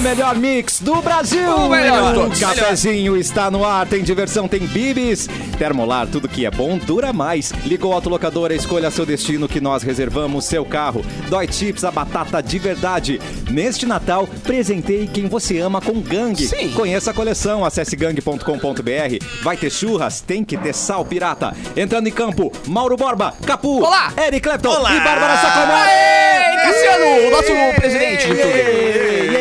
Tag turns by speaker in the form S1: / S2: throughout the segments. S1: melhor mix do Brasil.
S2: O melhor de todos,
S1: Cafezinho está no ar, tem diversão, tem bibis. Termolar, tudo que é bom dura mais. Liga o autolocador, escolha seu destino que nós reservamos seu carro. Dói Chips, a batata de verdade. Neste Natal, presenteie quem você ama com Gang.
S2: Sim.
S1: Conheça a coleção, acesse gang.com.br. Vai ter churras, tem que ter sal pirata. Entrando em campo, Mauro Borba, Capu,
S2: Olá.
S1: Eric Clapton
S3: Olá.
S1: e Bárbara Sacomori.
S2: Ei, Cassiano, o nosso presidente de tudo.
S1: Ei,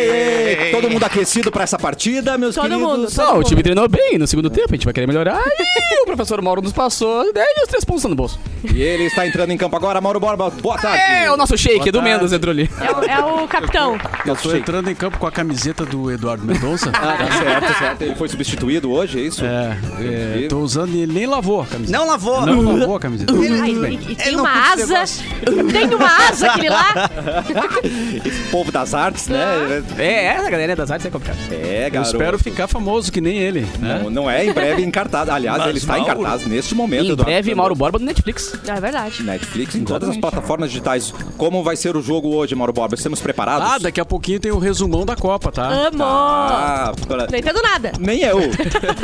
S1: Todo mundo aquecido pra essa partida, meus
S4: Todo
S1: queridos?
S4: mundo.
S5: Só, o
S2: tipo,
S5: time treinou bem no segundo tempo, a gente vai querer melhorar. E o professor Mauro nos passou, daí os três pontos estão no bolso.
S1: E ele está entrando em campo agora, Mauro Borba. Boa tarde.
S5: É, o nosso shake, do Mendes entrou ali.
S4: É o, é o capitão.
S1: Eu
S3: Eu tô
S1: sei.
S3: entrando em campo com a camiseta É do Eduardo Mendonça.
S1: Ah, tá certo, certo. Ele foi substituído hoje, é isso?
S3: É, é, tô usando e ele nem lavou a camiseta.
S2: Não lavou.
S3: Não lavou a camiseta.
S4: Ai,
S3: Tudo
S4: e, e
S3: bem.
S2: Ele
S4: tem
S2: não
S4: uma
S2: curte esse
S4: asa. Tem uma asa aquele lá.
S3: é,
S1: Esse povo das artes, né?
S5: É, essa galera das artes é complicada.
S1: É,
S3: Eu
S1: garoto.
S3: espero ficar famoso que nem ele. Né?
S1: Não, não é em breve em cartaz. Aliás,
S3: Mas
S1: ele está em
S3: Mauro-
S1: cartaz neste momento.
S5: Em
S1: Eduardo
S5: breve,
S1: Fernandes.
S5: Mauro Borba do Netflix.
S4: É verdade.
S1: Netflix, em todas as plataformas digitais. Como vai ser o jogo hoje, Mauro Borba? Estamos preparados?
S3: Ah, daqui a pouquinho tem o resumão da Copa, tá?
S4: Amo.
S1: Ah, pra-
S4: Não entendo nada.
S1: nem eu.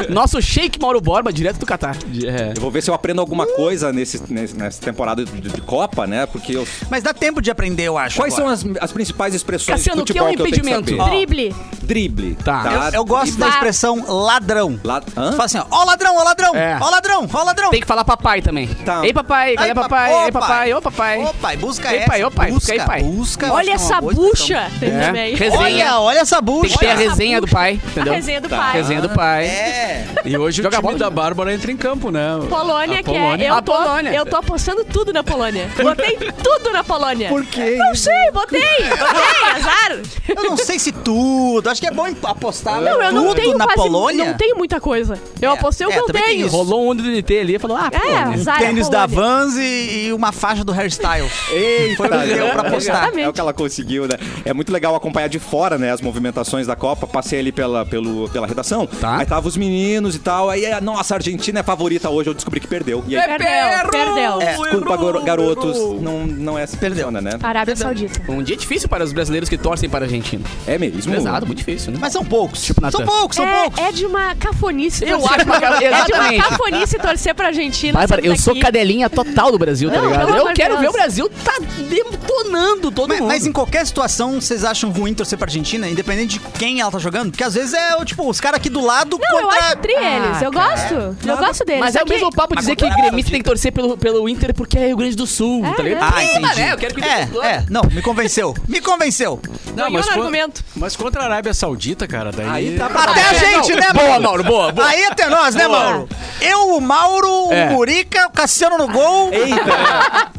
S5: Nosso shake Mauro Borba, direto do Catar.
S3: É.
S1: Eu vou ver se eu aprendo alguma coisa nesse, nesse- nessa temporada de, de Copa, né? Porque eu-
S2: Mas dá tempo de aprender, eu acho.
S1: quais são
S2: agora.
S1: as, as principais expressões
S5: Cassiano,
S1: de
S5: o que é
S1: futebol
S5: um
S1: que, eu tenho que
S5: impedimento?
S1: saber?
S4: Drible.
S1: Drible.
S5: Tá.
S2: Eu gosto da
S4: Bah.
S2: expressão ladrão.
S1: Lá- hã?
S2: Tu fala assim, ó, ó ladrão, ó ladrão,
S5: É.
S2: ó ladrão, ó ladrão.
S5: Tem que falar papai também.
S1: Tá.
S5: Ei, papai, cadê
S2: Ai,
S5: papai?
S2: pa-
S5: Ei, papai, ô papai.
S2: Ô, pai, busca
S5: Ei,
S2: essa.
S5: pai, ô, pai,
S2: busca,
S5: busca aí, pai.
S2: busca.
S4: Olha
S2: Acho que é
S4: essa
S2: uma boa expressão.
S4: bucha. Tem
S5: É.
S4: também.
S5: Resenha.
S2: Olha, olha essa
S5: Tem que ter
S2: bucha.
S5: a resenha do pai, entendeu?
S4: A resenha do
S1: Tá.
S4: pai.
S5: Resenha do pai.
S2: É.
S3: E hoje
S5: Joga
S3: o time
S5: bola.
S3: da Bárbara entra em campo, né?
S4: Polônia,
S3: A
S4: que
S3: Polônia.
S4: é. Eu
S5: A
S4: tô,
S5: Polônia.
S4: Eu tô apostando tudo na Polônia. Botei tudo na Polônia. Por quê? Não sei, botei. Botei, azar.
S2: Eu não sei se tudo. Acho que é bom apostar
S4: Não, eu
S2: tudo
S4: não tenho
S2: na
S4: quase.
S2: Polônia.
S4: Não tenho muita coisa. Eu
S2: É,
S4: apostei o que
S2: é,
S4: eu
S2: também tem
S4: tenho.
S2: isso.
S5: Rolou um do DDT ali e falou, ah,
S4: É,
S5: pô.
S4: azar. é a
S2: Tênis da
S4: Polônia.
S2: Vans e, e uma faixa do hairstyle.
S1: Eita,
S2: Foi o que deu pra
S5: né?
S1: é,
S2: apostar.
S1: É o que ela conseguiu, né? É muito legal acompanhar de fora, né? As movimentações da Copa. Passei ali pela, pelo, pela redação.
S5: Tá.
S1: Aí tava os meninos e tal. Aí, é, nossa, a Argentina é favorita hoje. Eu descobri que perdeu. E
S5: É,
S1: aí,
S4: Perdeu, perdeu.
S1: desculpa, garo- garotos. Não, não é assim que funciona, né?
S4: Arábia Saudita.
S5: Um dia difícil para os brasileiros que torcem para a Argentina.
S1: É mesmo.
S5: Pesado, muito difícil, né?
S2: Mas são poucos.
S5: Tipo Natan.
S2: são poucos, são poucos.
S4: É, é de uma cafonice.
S5: Eu
S4: torcer
S5: acho uma
S4: pra-
S5: ca-
S4: É de
S5: exatamente.
S4: uma cafonice torcer pra Argentina.
S5: Bárbara,
S4: sendo
S5: eu sou
S4: daqui.
S5: cadelinha total do Brasil, tá
S4: tá Não,
S5: ligado?
S4: pelo
S5: Eu
S4: amor de
S5: quero ver o
S4: Deus.
S5: Brasil tá detonando todo
S2: Mas,
S5: mundo.
S2: mas em qualquer situação, vocês acham ruim torcer pra Argentina, independente de quem ela tá jogando? Porque às vezes é, tipo, os caras aqui do lado
S4: Não, eu
S5: é-
S2: contra...
S4: acho tri eles. Eu gosto. Eu gosto deles.
S5: Ah, Mas
S4: Só
S5: é o
S4: que-
S5: mesmo papo dizer que gremista tem que torcer pelo, pelo Inter porque é Rio Grande do Sul,
S4: É,
S5: tá ligado?
S4: né?
S2: Ah,
S5: Pena,
S2: entendi.
S5: né? Eu quero que o Inter
S2: é,
S5: explore.
S2: é, não, me convenceu. Me convenceu.
S3: Não,
S4: Ganhou
S3: mas,
S4: no
S3: con-
S4: argumento.
S3: mas contra a Arábia Saudita, cara, daí...
S1: Aí tá pra...
S2: Até a gente, né,
S5: Boa, Mauro, boa, Ah, boa.
S2: Aí até nós, né, Mauro? Eu, o Mauro,
S5: É.
S2: o Murica, o Cassiano no gol.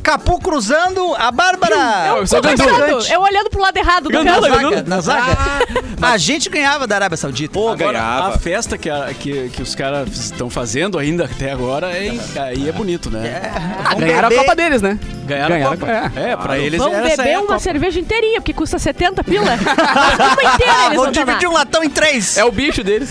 S2: Capu cruzando, a Bárbara.
S5: Eu sou
S4: Tô
S5: Gandu.
S4: pensando, Eu olhando pro lado errado do
S5: Gandu,
S4: campo.
S2: zaga, na zaga.
S5: Ah.
S2: A gente ganhava da Arábia Saudita.
S1: Pô,
S3: Agora,
S1: ganhava.
S3: a festa que, a- que, que os caras estão fazendo ainda até agora, é, aí é bonito, né?
S5: Ah, ganharam
S2: beber.
S5: a Copa deles, né?
S3: Ganharam a Copa. É, pra eles
S4: Vamos
S3: era essa é
S4: beber
S3: a
S4: uma
S3: Copa.
S4: cerveja inteirinha, porque custa 70 pila. uma inteira
S2: Ah,
S4: eles
S2: vou
S4: vão tomar.
S2: dividir um latão em três.
S5: É o bicho deles.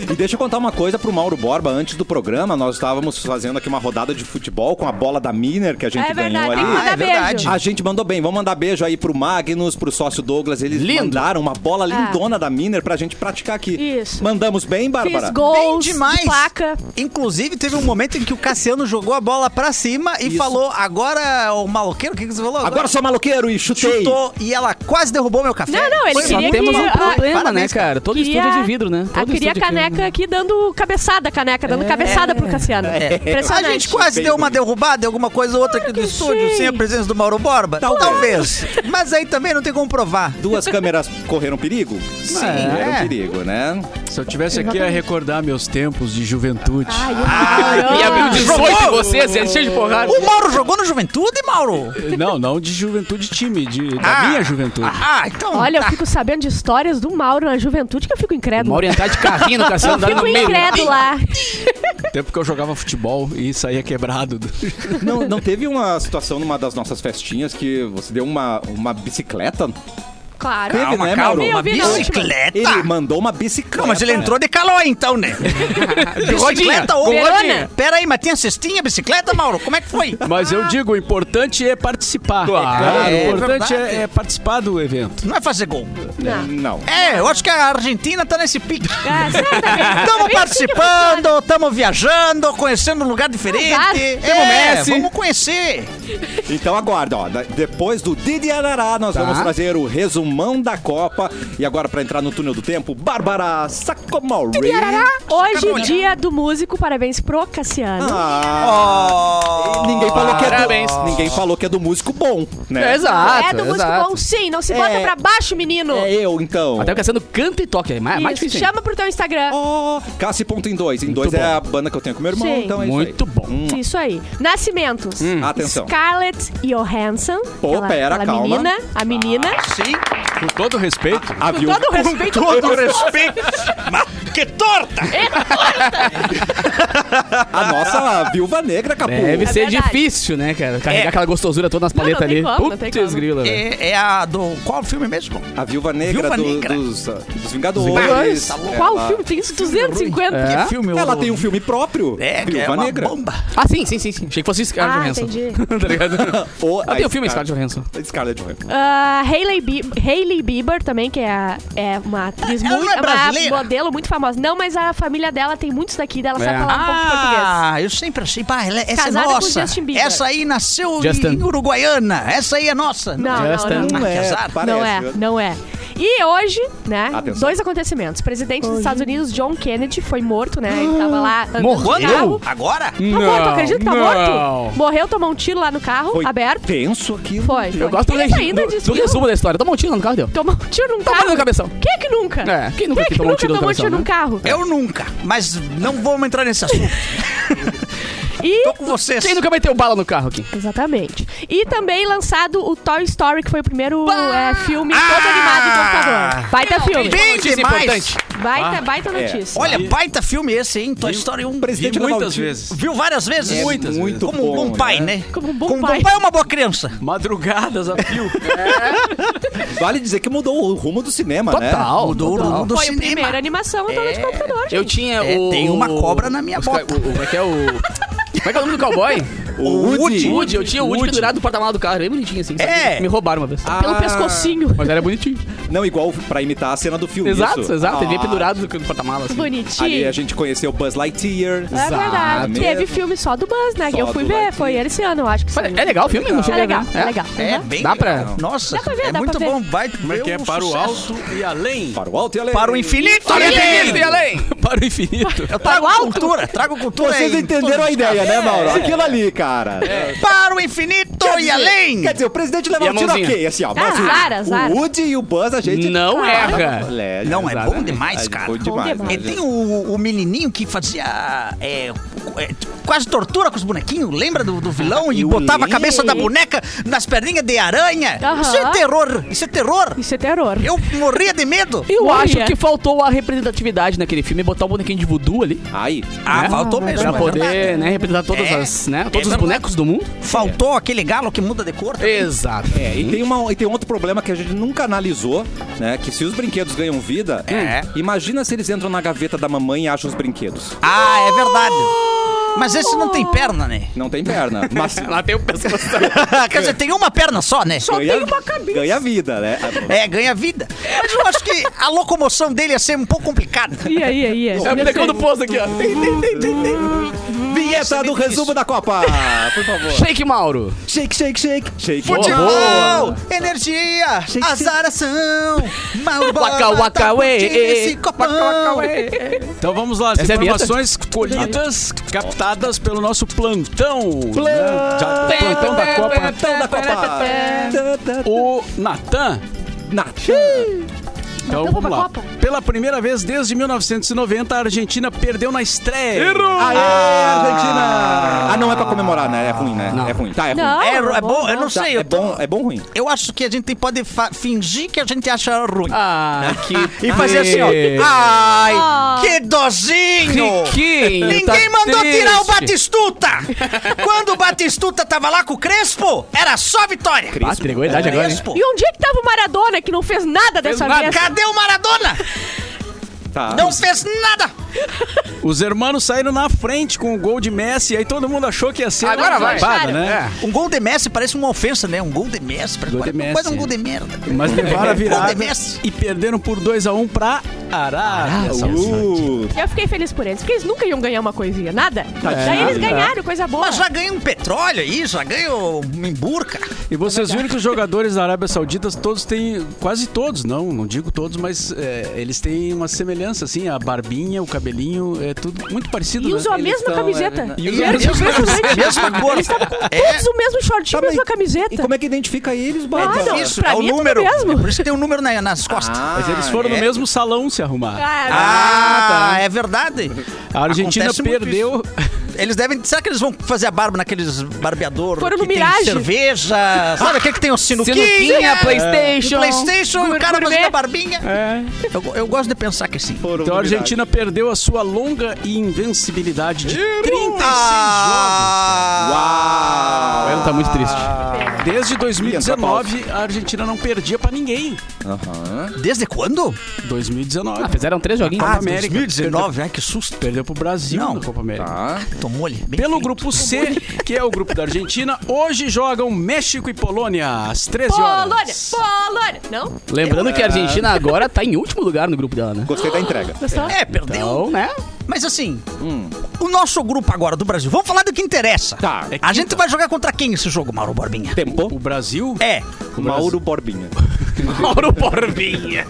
S1: E deixa eu contar uma coisa pro Mauro Borba. Antes do programa, nós estávamos fazendo aqui uma rodada de futebol com a bola da Miner que a gente
S4: É
S1: ganhou ali.
S4: verdade, tem que
S2: Ah, é
S4: mandar
S2: verdade.
S4: beijo.
S1: A gente mandou bem. Vamos mandar beijo aí pro Magnus, pro sócio Douglas. Eles
S5: Lindo.
S1: mandaram uma bola lindona da Miner pra gente praticar aqui.
S4: Ah. Isso.
S1: Mandamos bem, Bárbara?
S4: Fiz gols,
S2: Bem demais.
S4: de placa.
S2: Inclusive, teve um momento em que o Cassiano jogou a bola pra cima e falou: agora o maloqueiro, o que, que você falou?
S1: Agora sou maloqueiro e chutei.
S2: chutou e ela quase derrubou meu café.
S4: Não, não, ele
S5: Só
S4: queria
S5: temos
S4: que...
S5: um
S4: ah,
S5: problema, né,
S2: parabéns,
S5: cara? Todo
S4: queria-
S5: estúdio é de vidro, né?
S4: Ah,
S5: Todo
S4: queria
S5: estúdio é
S4: a
S5: de vidro,
S4: caneca
S5: né?
S4: aqui dando cabeçada, a caneca,
S5: É.
S4: dando cabeçada pro Cassiano.
S2: É. A
S4: Impressionante.
S2: gente quase deu uma derrubada, alguma coisa ou outra aqui do
S4: que
S2: estúdio,
S4: sim.
S2: sem a presença do Mauro Borba?
S1: Talvez.
S2: Mas aí também não tem como provar.
S1: Duas câmeras correram perigo? Sim. Correram
S2: é.
S1: perigo, né?
S3: Se eu tivesse aqui a recordar meus tempos de juventude.
S4: Ai,
S2: Ah,
S4: eu-
S5: E abriu 18 em
S2: Jogou!
S5: vocês, é cheio de porrada.
S4: Uh!
S2: O Mauro jogou na juventude, Mauro?
S3: eh, Não, não de juventude time, de, da
S2: Ah.
S3: minha juventude.
S2: Ah, então.
S4: Olha, eu fico sabendo de histórias do Mauro na juventude que eu fico incrédulo.
S5: Uma orientada de carrinho no Cassiano, dando no
S4: Fico
S5: é um meio.
S4: incrédulo lá.
S3: Tempo que eu jogava futebol e saía quebrado.
S1: Não, não teve uma situação numa das nossas festinhas que você deu uma, uma bicicleta?
S4: Claro.
S1: Teve, né,
S4: calma.
S1: Mauro?
S4: Eu vi na última.
S2: Bicicleta?
S1: Ele mandou uma bicicleta.
S2: Não, mas ele entrou de calói então, né? bicicleta ou...
S4: com rodinha.
S2: Pera aí, mas tinha cestinha, bicicleta, Mauro? Como é que foi?
S3: Mas eu digo, o importante é participar.
S1: Claro.
S3: o importante
S2: verdade.
S3: é, é participar do evento.
S2: Não é fazer gol.
S4: Não.
S1: Não.
S2: É, eu acho que a Argentina tá nesse pique.
S4: Ah, certamente.
S2: Estamos
S4: Isso que né?
S2: participando, estamos viajando, conhecendo um lugar diferente.
S4: Azar.
S2: É,
S1: Temos Messi.
S2: Vamos conhecer.
S1: Então aguarda, ó. da- Depois do Didi Arará, nós vamos trazer o resumão da Copa. E agora, pra entrar no túnel do tempo, Bárbara Sacomori.
S4: Hoje, dia do músico, parabéns pro Cassiano.
S1: Ah, ninguém falou que é do,
S5: Parabéns.
S1: Ninguém falou que é do músico bom, né?
S5: Ah, Exato,
S4: é do músico
S5: exato.
S4: bom, sim. Não se bota
S1: É.
S4: pra baixo, menino.
S1: É eu, então.
S5: Até o Cassiano canta e toca. É mais, mais
S4: Isso.
S5: difícil. ainda.
S4: Chama pro teu Instagram.
S1: Ó, Cassi ponto em dois. Em dois
S5: bom.
S1: é a banda que eu tenho com meu irmão,
S4: Sim.
S1: então é isso aí.
S5: Muito bom.
S4: Isso aí. Nascimentos.
S1: Atenção.
S4: Scarlett Johansson.
S1: Pô,
S4: aquela-
S1: pera,
S4: aquela
S1: calma.
S4: menina, a menina.
S2: Sim,
S3: Com todo respeito.
S1: A viúva,
S4: Todo o respeito.
S2: Ah. todo respeito. Mas que torta!
S1: a nossa viúva negra, Capu.
S5: Deve
S4: É
S5: ser
S4: verdade.
S5: difícil, né, cara? Carregar
S2: É.
S5: aquela gostosura toda nas
S4: Não, não
S5: paletas
S4: tem
S5: ali.
S4: como, não tem
S5: Putz,
S4: como.
S5: grila, velho.
S2: É, é a do. Qual filme mesmo?
S1: A viúva negra,
S2: Viúva
S1: do-
S2: negra.
S1: Dos, ah, dos Vingadores.
S2: Vingadores, tá louco.
S4: Qual
S1: Ela-
S4: filme? Tem isso? 250?
S5: É?
S2: Que filme
S1: Ela
S2: horroroso.
S1: tem um filme próprio.
S2: É, que
S1: viúva
S2: é uma
S1: negra.
S2: bomba.
S5: Ah, sim, sim, sim, sim. Achei que fosse Scarlett
S4: Ah,
S5: Johansson.
S4: entendi.
S5: tá ligado?
S1: Ou
S5: Ah,
S1: a
S5: tem o filme
S1: Scar-
S5: Scarlett Johansson.
S1: Scarlett Johansson.
S4: Ah, Hailey, Bi- Hailey Bieber também, que é, a- é uma atriz
S2: Ela
S4: muito.
S2: não é brasileira?
S4: uma modelo muito famosa. Não, mas a família dela tem muitos daqui, dela
S5: É.
S4: sabe falar um pouco de português.
S2: Ah, eu sempre achei. Pá, ela- essa
S4: Casada
S2: é
S4: com
S2: nossa.
S4: Justin Bieber.
S2: essa aí nasceu
S5: Justin.
S2: em Uruguaiana. Essa aí é nossa.
S4: Não, não,
S5: Justin.
S4: não.
S2: Ah,
S1: Não
S2: que
S1: é,
S2: azar.
S1: parece.
S4: Não é,
S1: né?
S4: não é. E hoje, né,
S1: Atenção.
S4: dois acontecimentos. O presidente dos Estados Unidos, John Kennedy, foi morto, né? Ele tava lá andando de
S2: Quando?
S4: carro.
S2: Agora?
S4: Tá morto, acredita que tá
S5: não.
S4: morto? Morreu, tomou um tiro lá no carro,
S1: Foi
S4: aberto.
S1: tenso aquilo.
S4: Foi, foi.
S5: Eu gosto do,
S4: Ele
S5: re-
S4: ainda
S5: do- do
S4: desviou.
S5: resumo da história. Tomou um tiro lá no carro, deu.
S4: Tomou um tiro num
S5: Tomou
S4: carro.
S5: no cabeção.
S4: Quem é que nunca?
S5: É, quem nunca que
S4: que
S5: tomou um
S4: nunca
S5: tiro no
S4: tomou um
S5: cabeção,
S4: tiro num
S5: né?
S4: carro?
S2: Eu nunca. Mas não vamos entrar nesse assunto.
S4: E
S2: Tô com vocês.
S5: Quem nunca meteu bala no carro aqui?
S4: Exatamente. E também lançado o Toy Story, que foi o primeiro é, filme todo
S2: Ah!
S4: animado em computador. Baita filme.
S2: Bem
S5: Notícia
S2: demais.
S5: é importante.
S4: Baita, baita notícia.
S2: Olha, baita filme esse, hein? um Tua história 1.
S1: Presidente
S3: Vi muitas
S1: Donald Trump.
S3: vezes.
S2: Viu várias vezes?
S1: É
S3: Muitas
S1: muito
S3: vezes.
S2: Como um bom pai, né?
S4: Como um bom
S2: Como
S4: pai.
S2: um bom pai é uma boa criança.
S3: Madrugadas a fio.
S1: Vale dizer que mudou o rumo do cinema, né?
S5: Total.
S2: Mudou o
S5: total.
S2: rumo do
S4: Foi a
S2: cinema.
S4: primeira animação em torno de computador, gente.
S5: Eu tinha
S2: É,
S5: o.
S2: tem uma
S5: o-
S2: cobra na minha
S5: os ca-
S2: bota.
S5: o- o- Como é que é o. Como é que é o nome do cowboy?
S1: O Woody.
S5: O Woody. Eu tinha o Woody, pendurado no porta-malas do carro. Bem bonitinho assim. sabe?
S2: É.
S5: Me roubaram uma vez.
S4: Pelo pescocinho.
S5: Mas era bonitinho.
S1: Não igual pra imitar a cena do filme,
S5: Exato,
S1: isso.
S5: exato. Ele veio
S1: Ah,
S5: pendurado no no porta-malas. assim.
S1: Ali
S4: Bonitinho.
S1: a gente conheceu Buzz Lightyear.
S4: É verdade.
S1: Exato.
S4: Teve filme só do Buzz, né?
S1: Só
S4: que eu fui
S1: do
S4: ver.
S1: Lightyear.
S4: Foi esse ano, eu acho que saiu.
S5: É legal o filme? Não
S4: É
S5: cheguei a ver.
S4: legal, é legal.
S2: É,
S4: Uhum.
S2: bem
S5: Dá
S2: legal.
S5: pra-
S2: Nossa,
S4: Dá pra ver,
S2: é
S4: dá
S2: muito
S4: pra ver.
S2: bom. Vai
S3: Como é que é?
S5: um
S3: Para o alto e além.
S1: Para o alto e além.
S2: Para o infinito.
S5: Para o infinito e
S2: Além.
S5: além. Para o infinito.
S2: Eu trago
S4: Para o alto.
S2: cultura, trago cultura.
S1: Vocês
S2: em
S1: entenderam
S2: todos
S1: a
S2: os
S1: ideia, né,
S2: casos.
S1: Mauro? Aquilo ali, cara.
S2: É. Para o infinito e além.
S1: Quer dizer, o presidente levou
S5: E a
S1: um tiro
S5: mãozinha?
S1: ok, assim, ó. Mas o-
S4: azar, azar.
S1: o Woody e o Buzz, a gente...
S5: Não erra.
S1: É,
S2: Não, é
S5: Exatamente.
S2: bom demais, cara.
S1: Foi demais.
S4: Bom
S1: né,
S2: E
S1: gente?
S2: tem o, o menininho que fazia é, é, quase tortura com os bonequinhos, lembra do, do vilão? E
S1: Eu
S2: botava a cabeça da
S4: lembro.
S2: boneca nas perninhas de aranha.
S4: Aham.
S2: Isso é terror, isso é terror.
S4: Isso é terror.
S2: Eu morria de medo.
S5: Eu
S4: Olha.
S5: acho que faltou a representatividade naquele filme, botar um bonequinho de voodoo ali.
S1: Aí,
S2: Ah,
S5: né?
S2: faltou mesmo.
S5: Pra
S2: é
S5: poder,
S2: verdade.
S5: né, representar todas
S2: É.
S5: as, né,
S2: É
S5: todos os
S2: verdade.
S5: bonecos do mundo.
S2: Faltou aquele galo que muda de cor. também.
S5: Exato.
S1: é, e tem, uma, e tem outro problema que a gente nunca analisou, né? Que se os brinquedos ganham vida, hum,
S2: É.
S1: imagina se eles entram na gaveta da mamãe e acham os brinquedos.
S2: Ah, é verdade. Mas esse não tem perna, né?
S1: Não tem perna, mas
S5: Lá tem o pescoço.
S2: Quer dizer, tem uma perna só, né?
S1: ganha,
S4: tem uma cabeça.
S1: ganha vida, né?
S2: É, ganha vida. Mas eu acho que a locomoção dele ia ser um pouco complicada.
S4: E aí, aí, aí.
S5: É o bonecão do poço aqui, ó.
S1: Vinheta do
S2: difícil.
S1: resumo da Copa, por favor.
S5: Shake Mauro.
S1: Shake, shake, shake. Shake.
S5: Futebol.
S2: Futebol, energia, azaração, Mauro Bola,
S5: Waka
S2: tá
S5: waka ué.
S2: curtindo esse copão.
S3: Então vamos lá, as
S5: Essa é a vinheta?
S3: informações colhidas, captadas pelo nosso plantão. né? Já- plantão da Copa.
S1: Plantão da Copa.
S3: O Natan.
S1: Natan.
S3: Então
S4: Natan foi
S3: vamos
S4: pra
S3: lá.
S4: Copa?
S3: Pela primeira vez desde 1990, a Argentina perdeu na estreia.
S1: Aê, Argentina. Ah, não é pra comemorar, né? É ruim, né?
S5: Não.
S1: É ruim. Tá, é ruim.
S4: Não,
S2: É, é bom, eu
S4: não.
S2: não
S1: Tá,
S2: sei.
S1: é
S2: eu tô-
S1: bom, é bom ruim.
S2: Eu acho que a gente pode fa- fingir que a gente acha ruim.
S5: Ah, que.
S2: E fazer assim, ó. Ai,
S4: Ah.
S2: que dozinho!
S5: Riquinho,
S2: Ninguém
S5: tá
S2: mandou
S5: triste.
S2: tirar o Batistuta! Quando o Batistuta tava lá com o Crespo, era só vitória!
S5: Ah, entregou a idade agora, hein?
S2: Crespo!
S4: E onde é que tava o Maradona que não fez nada dessa
S5: nada.
S4: vez?
S2: Cadê o Maradona?
S5: Ah,
S1: Tá.
S2: Não fez nada!
S3: Os hermanos saíram na frente com o gol de Messi, aí todo mundo achou que ia ser
S5: Agora
S3: uma
S5: vai.
S3: zombada, né?
S2: Um gol de Messi parece uma ofensa, né? Um gol de Messi. Parece
S3: Gol
S2: quase-
S3: de Messi.
S2: Quase um gol de merda.
S3: Mas levaram a virada
S2: Gol de Messi.
S3: e perderam por 2x1 pra Arábia.
S1: Uh,
S4: Eu fiquei feliz por eles, porque eles nunca iam ganhar uma coisinha, nada. Daí eles ganharam, coisa boa.
S2: Mas já ganha um petróleo aí, já ganha um emburca.
S3: E vocês viram que os jogadores da Arábia Saudita, todos têm, quase todos, não, não digo todos, mas é, eles têm uma semelhança, assim, a barbinha, o cabelinho, é tudo muito parecido.
S4: E
S3: né?
S4: usou a
S3: Eles
S4: mesma
S3: tão,
S4: camiseta.
S3: né?
S4: E
S3: E
S4: usou
S3: usam
S4: a
S3: a mesma
S4: camiseta.
S2: Mesma cor.
S4: Eles estavam com
S2: É.
S4: todos o mesmo shortinho, a
S1: mas-
S4: mesma camiseta.
S1: e como é que identifica eles, Bob?
S4: Ah, não,
S2: Difícil,
S4: pra
S2: é o
S4: mim é tudo
S2: número.
S4: mesmo.
S2: É por isso que tem um número na- nas costas.
S1: Ah,
S3: Mas eles foram
S2: é.
S3: no mesmo salão se arrumar.
S2: Ah,
S3: Ah, tá.
S2: é verdade.
S3: A Argentina
S2: Acontece muito
S3: perdeu. então
S2: Eles devem. Será que eles vão fazer a barba naqueles barbeador?
S4: Foram
S2: que
S4: no
S2: tem
S4: Mirage.
S2: cerveja. Sabe o que, que tem o sinuquinha?
S5: Sinuquinha, PlayStation.
S2: PlayStation. PlayStation, o cara
S4: gourmet.
S2: fazendo a barbinha. Eu, eu gosto de pensar que sim.
S1: Foram
S3: Então a
S1: novidade.
S3: Argentina perdeu a sua longa e invencibilidade de 36
S2: Ah.
S1: Uau!
S5: Ela tá muito triste.
S3: jogos. Desde 2019, a Argentina não perdia pra ninguém.
S1: Aham.
S2: Desde quando?
S3: 2019.
S5: Ah, fizeram três joguinhos.
S2: Ah,
S3: América.
S2: 2019. Ai, que susto.
S3: Perdeu pro Brasil
S2: Não.
S3: na Copa América.
S1: Tá.
S2: Tomou-lhe. bem
S3: Pelo
S2: feito.
S3: grupo C, que é o grupo da Argentina, hoje jogam México e Polônia às 13 horas.
S4: Polônia, Polônia. Não?
S5: Lembrando que a Argentina agora tá em último lugar no grupo dela, né?
S1: Gostei da entrega.
S4: Gostou?
S2: É, perdeu.
S5: Então, né?
S2: Mas assim, o nosso grupo agora do Brasil, vamos falar do que interessa.
S1: Tá.
S3: É
S2: A gente vai jogar contra quem esse jogo, Mauro Borbinha?
S1: Tempo.
S3: O Brasil
S2: É,
S1: Mauro Borbinha.
S5: Mauro Borbinha.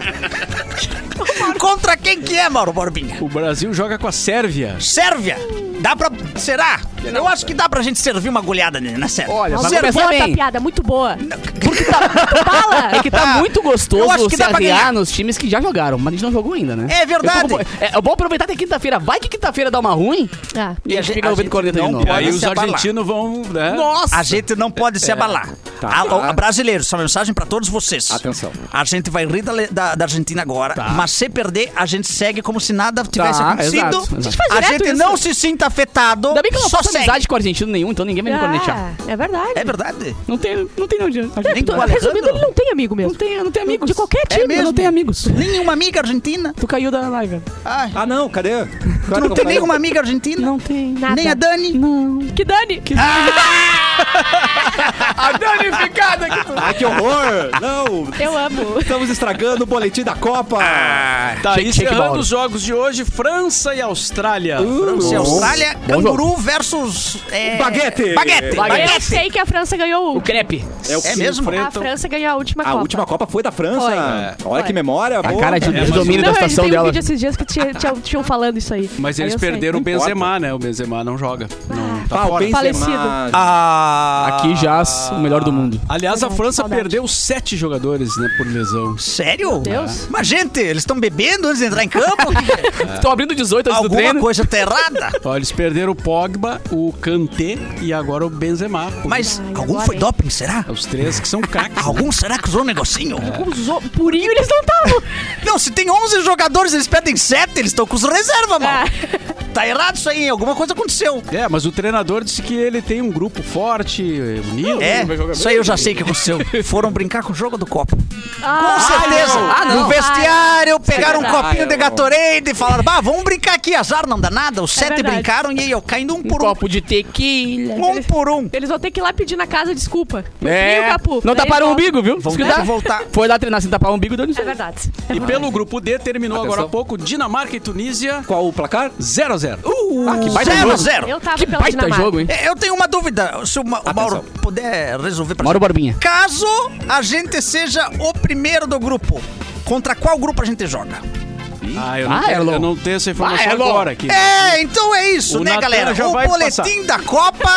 S2: contra quem que é, Mauro Borbinha?
S3: o Brasil joga com a Sérvia.
S2: Sérvia? Dá pra... Será? Eu acho que dá pra gente servir uma goleada nele, né, na Sérvia.
S5: Olha, vai
S2: Sérvia-
S5: começar
S4: Bota a
S5: bem.
S4: piada, muito boa. Porque tá muito bala.
S5: É que tá muito
S2: Eu acho
S5: gostoso
S2: que
S5: se
S2: dá pra
S5: arriar
S2: ganhar.
S5: nos times que já jogaram, mas a gente não jogou ainda, né?
S2: É verdade.
S5: Eu tô com- É é bom aproveitar até quinta-feira. Vai que quinta-feira dá uma ruim
S4: Ah,
S5: e a gente fica
S2: a
S5: ouvindo
S2: gente
S5: corneta de
S2: não
S5: novo.
S3: E aí
S2: Pode
S3: os
S2: se abalar.
S3: argentinos vão. Né?
S5: Nossa!
S2: A gente não pode se abalar. A- o- a- brasileiros, essa mensagem pra todos vocês.
S1: Atenção.
S2: A gente vai rir da, le- da- da Argentina agora, mas se perder, a gente segue como se nada tivesse acontecido.
S5: exato, exato. A gente
S4: faz
S2: A
S4: direto
S2: gente
S4: isso.
S2: não se sinta afetado.
S5: Ainda bem que eu não
S2: só
S5: faço
S2: segue.
S5: amizade com argentino nenhum, então ninguém vai me cornetear.
S4: Ah, é verdade.
S2: É verdade?
S5: Não tem, não tem onde.
S2: Nem com o Alejandro?
S4: Resumindo, ele não tem amigo mesmo.
S5: Não tem, não tem amigos.
S4: De qualquer
S2: É
S4: time.
S2: mesmo?
S5: Eu não tenho amigos.
S2: Nenhuma amiga argentina?
S5: Tu caiu da live.
S2: Ai,
S1: Ah, não, cadê?
S2: tu não tem nenhuma amiga argentina?
S5: Não tem.
S4: Nada.
S2: Nem a Dani?
S5: Não.
S4: Que Dani.
S5: A danificada que tu...
S1: Ah, que horror! Não!
S4: Eu amo.
S1: Estamos estragando o boletim da Copa!
S3: Tá,
S5: Shake, shake,
S3: encerrando
S5: Mauro.
S3: os jogos de hoje, França e Austrália.
S2: França e Austrália,
S5: Bom jogo.
S2: canguru versus. É...
S1: Baguete.
S2: Baguete!
S5: Baguete.
S4: Eu sei que a França ganhou
S5: O
S4: o...
S5: crepe.
S1: É, o
S2: É mesmo?
S4: A
S3: Enfrentam-
S4: França ganhou a última
S1: A
S4: Copa.
S1: última Copa foi da França.
S4: Foi.
S1: Olha
S4: Foi.
S1: que memória.
S5: A
S1: boa. É,
S5: cara
S2: É
S5: de
S3: mas-
S5: domínio da
S4: Não, eles
S5: situação
S4: têm um
S5: dela.
S4: vídeo
S2: assim.
S4: esses dias que tinha- tinha- tinham falando isso aí.
S3: Mas
S4: Aí
S3: eles
S4: Ah, eu sei.
S3: perderam o
S1: Não importa.
S3: Benzema, né? O Benzema não joga. Não tá
S1: Ah, o
S3: fora.
S1: Benzema.
S4: Falecido.
S2: Ah,
S5: Aqui jaz o melhor do mundo.
S3: Aliás, a
S4: Verdade,
S3: França
S4: saudade.
S3: perdeu sete jogadores, né, por lesão.
S2: Sério?
S4: Deus.
S2: Mas, gente, eles estão bebendo antes de entrar em campo?
S5: Tô abrindo 18 antes do
S2: Ah. Alguma
S5: treino.
S2: coisa tá errada?
S3: Ó, eles perderam o Pogba, o Kanté e agora o Benzema. É
S2: Mas
S4: Ai,
S2: algum
S4: agora,
S2: foi
S4: hein?
S2: doping, será?
S3: Os três que são craques.
S2: Algum será que usou um negocinho?
S4: Usou- Purinho eles não estavam.
S2: Não, se tem 11 jogadores, eles pedem 7, eles estão com os reserva, mano.
S4: Ah.
S2: Tá errado isso aí, alguma coisa aconteceu.
S3: É, mas o treinador disse que ele tem um grupo forte, unido.
S2: É, isso aí eu já sei o que aconteceu. Foram brincar com o jogo do copo. Com
S4: Ah,
S2: certeza.
S4: Ah, não. Ah, é
S2: No vestiário, pegaram um
S4: verdade.
S2: copinho de Gatorade e falaram, bah, vamos brincar aqui, azar não dá nada. Os sete
S4: É verdade.
S2: brincaram e aí eu caindo um
S5: Um
S2: por um.
S5: copo de tequila.
S2: Um por um.
S4: Eles vão ter que ir lá pedir na casa desculpa.
S5: É.
S4: Nem o Capu.
S5: Não
S4: Daí
S5: taparam o
S4: volta.
S5: umbigo, viu?
S2: Vamos
S5: Se
S2: ter que
S5: cuidar.
S2: voltar.
S5: Foi lá treinar sem tapar o umbigo, um deu nisso.
S4: É verdade.
S3: E pelo grupo D terminou agora há
S1: Atenção.
S3: pouco Dinamarca e Tunísia
S1: Qual o placar?
S3: 0 a 0.
S2: Uh.
S5: Ah, que baita
S2: Zero,
S5: jogo.
S2: zero.
S4: Eu tava
S5: Que
S4: pela
S5: baita
S4: Dinamarca.
S5: jogo, hein?
S2: É, Eu tenho uma dúvida, se o, Ma- o Mauro puder resolver pra
S5: Mauro
S2: gente.
S5: Borbinha.
S2: Caso a gente seja o primeiro do grupo, contra qual grupo a gente joga?
S3: Ah, eu não,
S5: Ah,
S3: tenho,
S5: Erlon.
S3: eu não tenho essa informação
S5: Ah, Erlon.
S3: agora aqui.
S2: É, então é isso,
S3: O
S2: né,
S3: Natan
S2: galera?
S3: já
S2: o
S3: vai
S1: Ah.
S2: boletim da Copa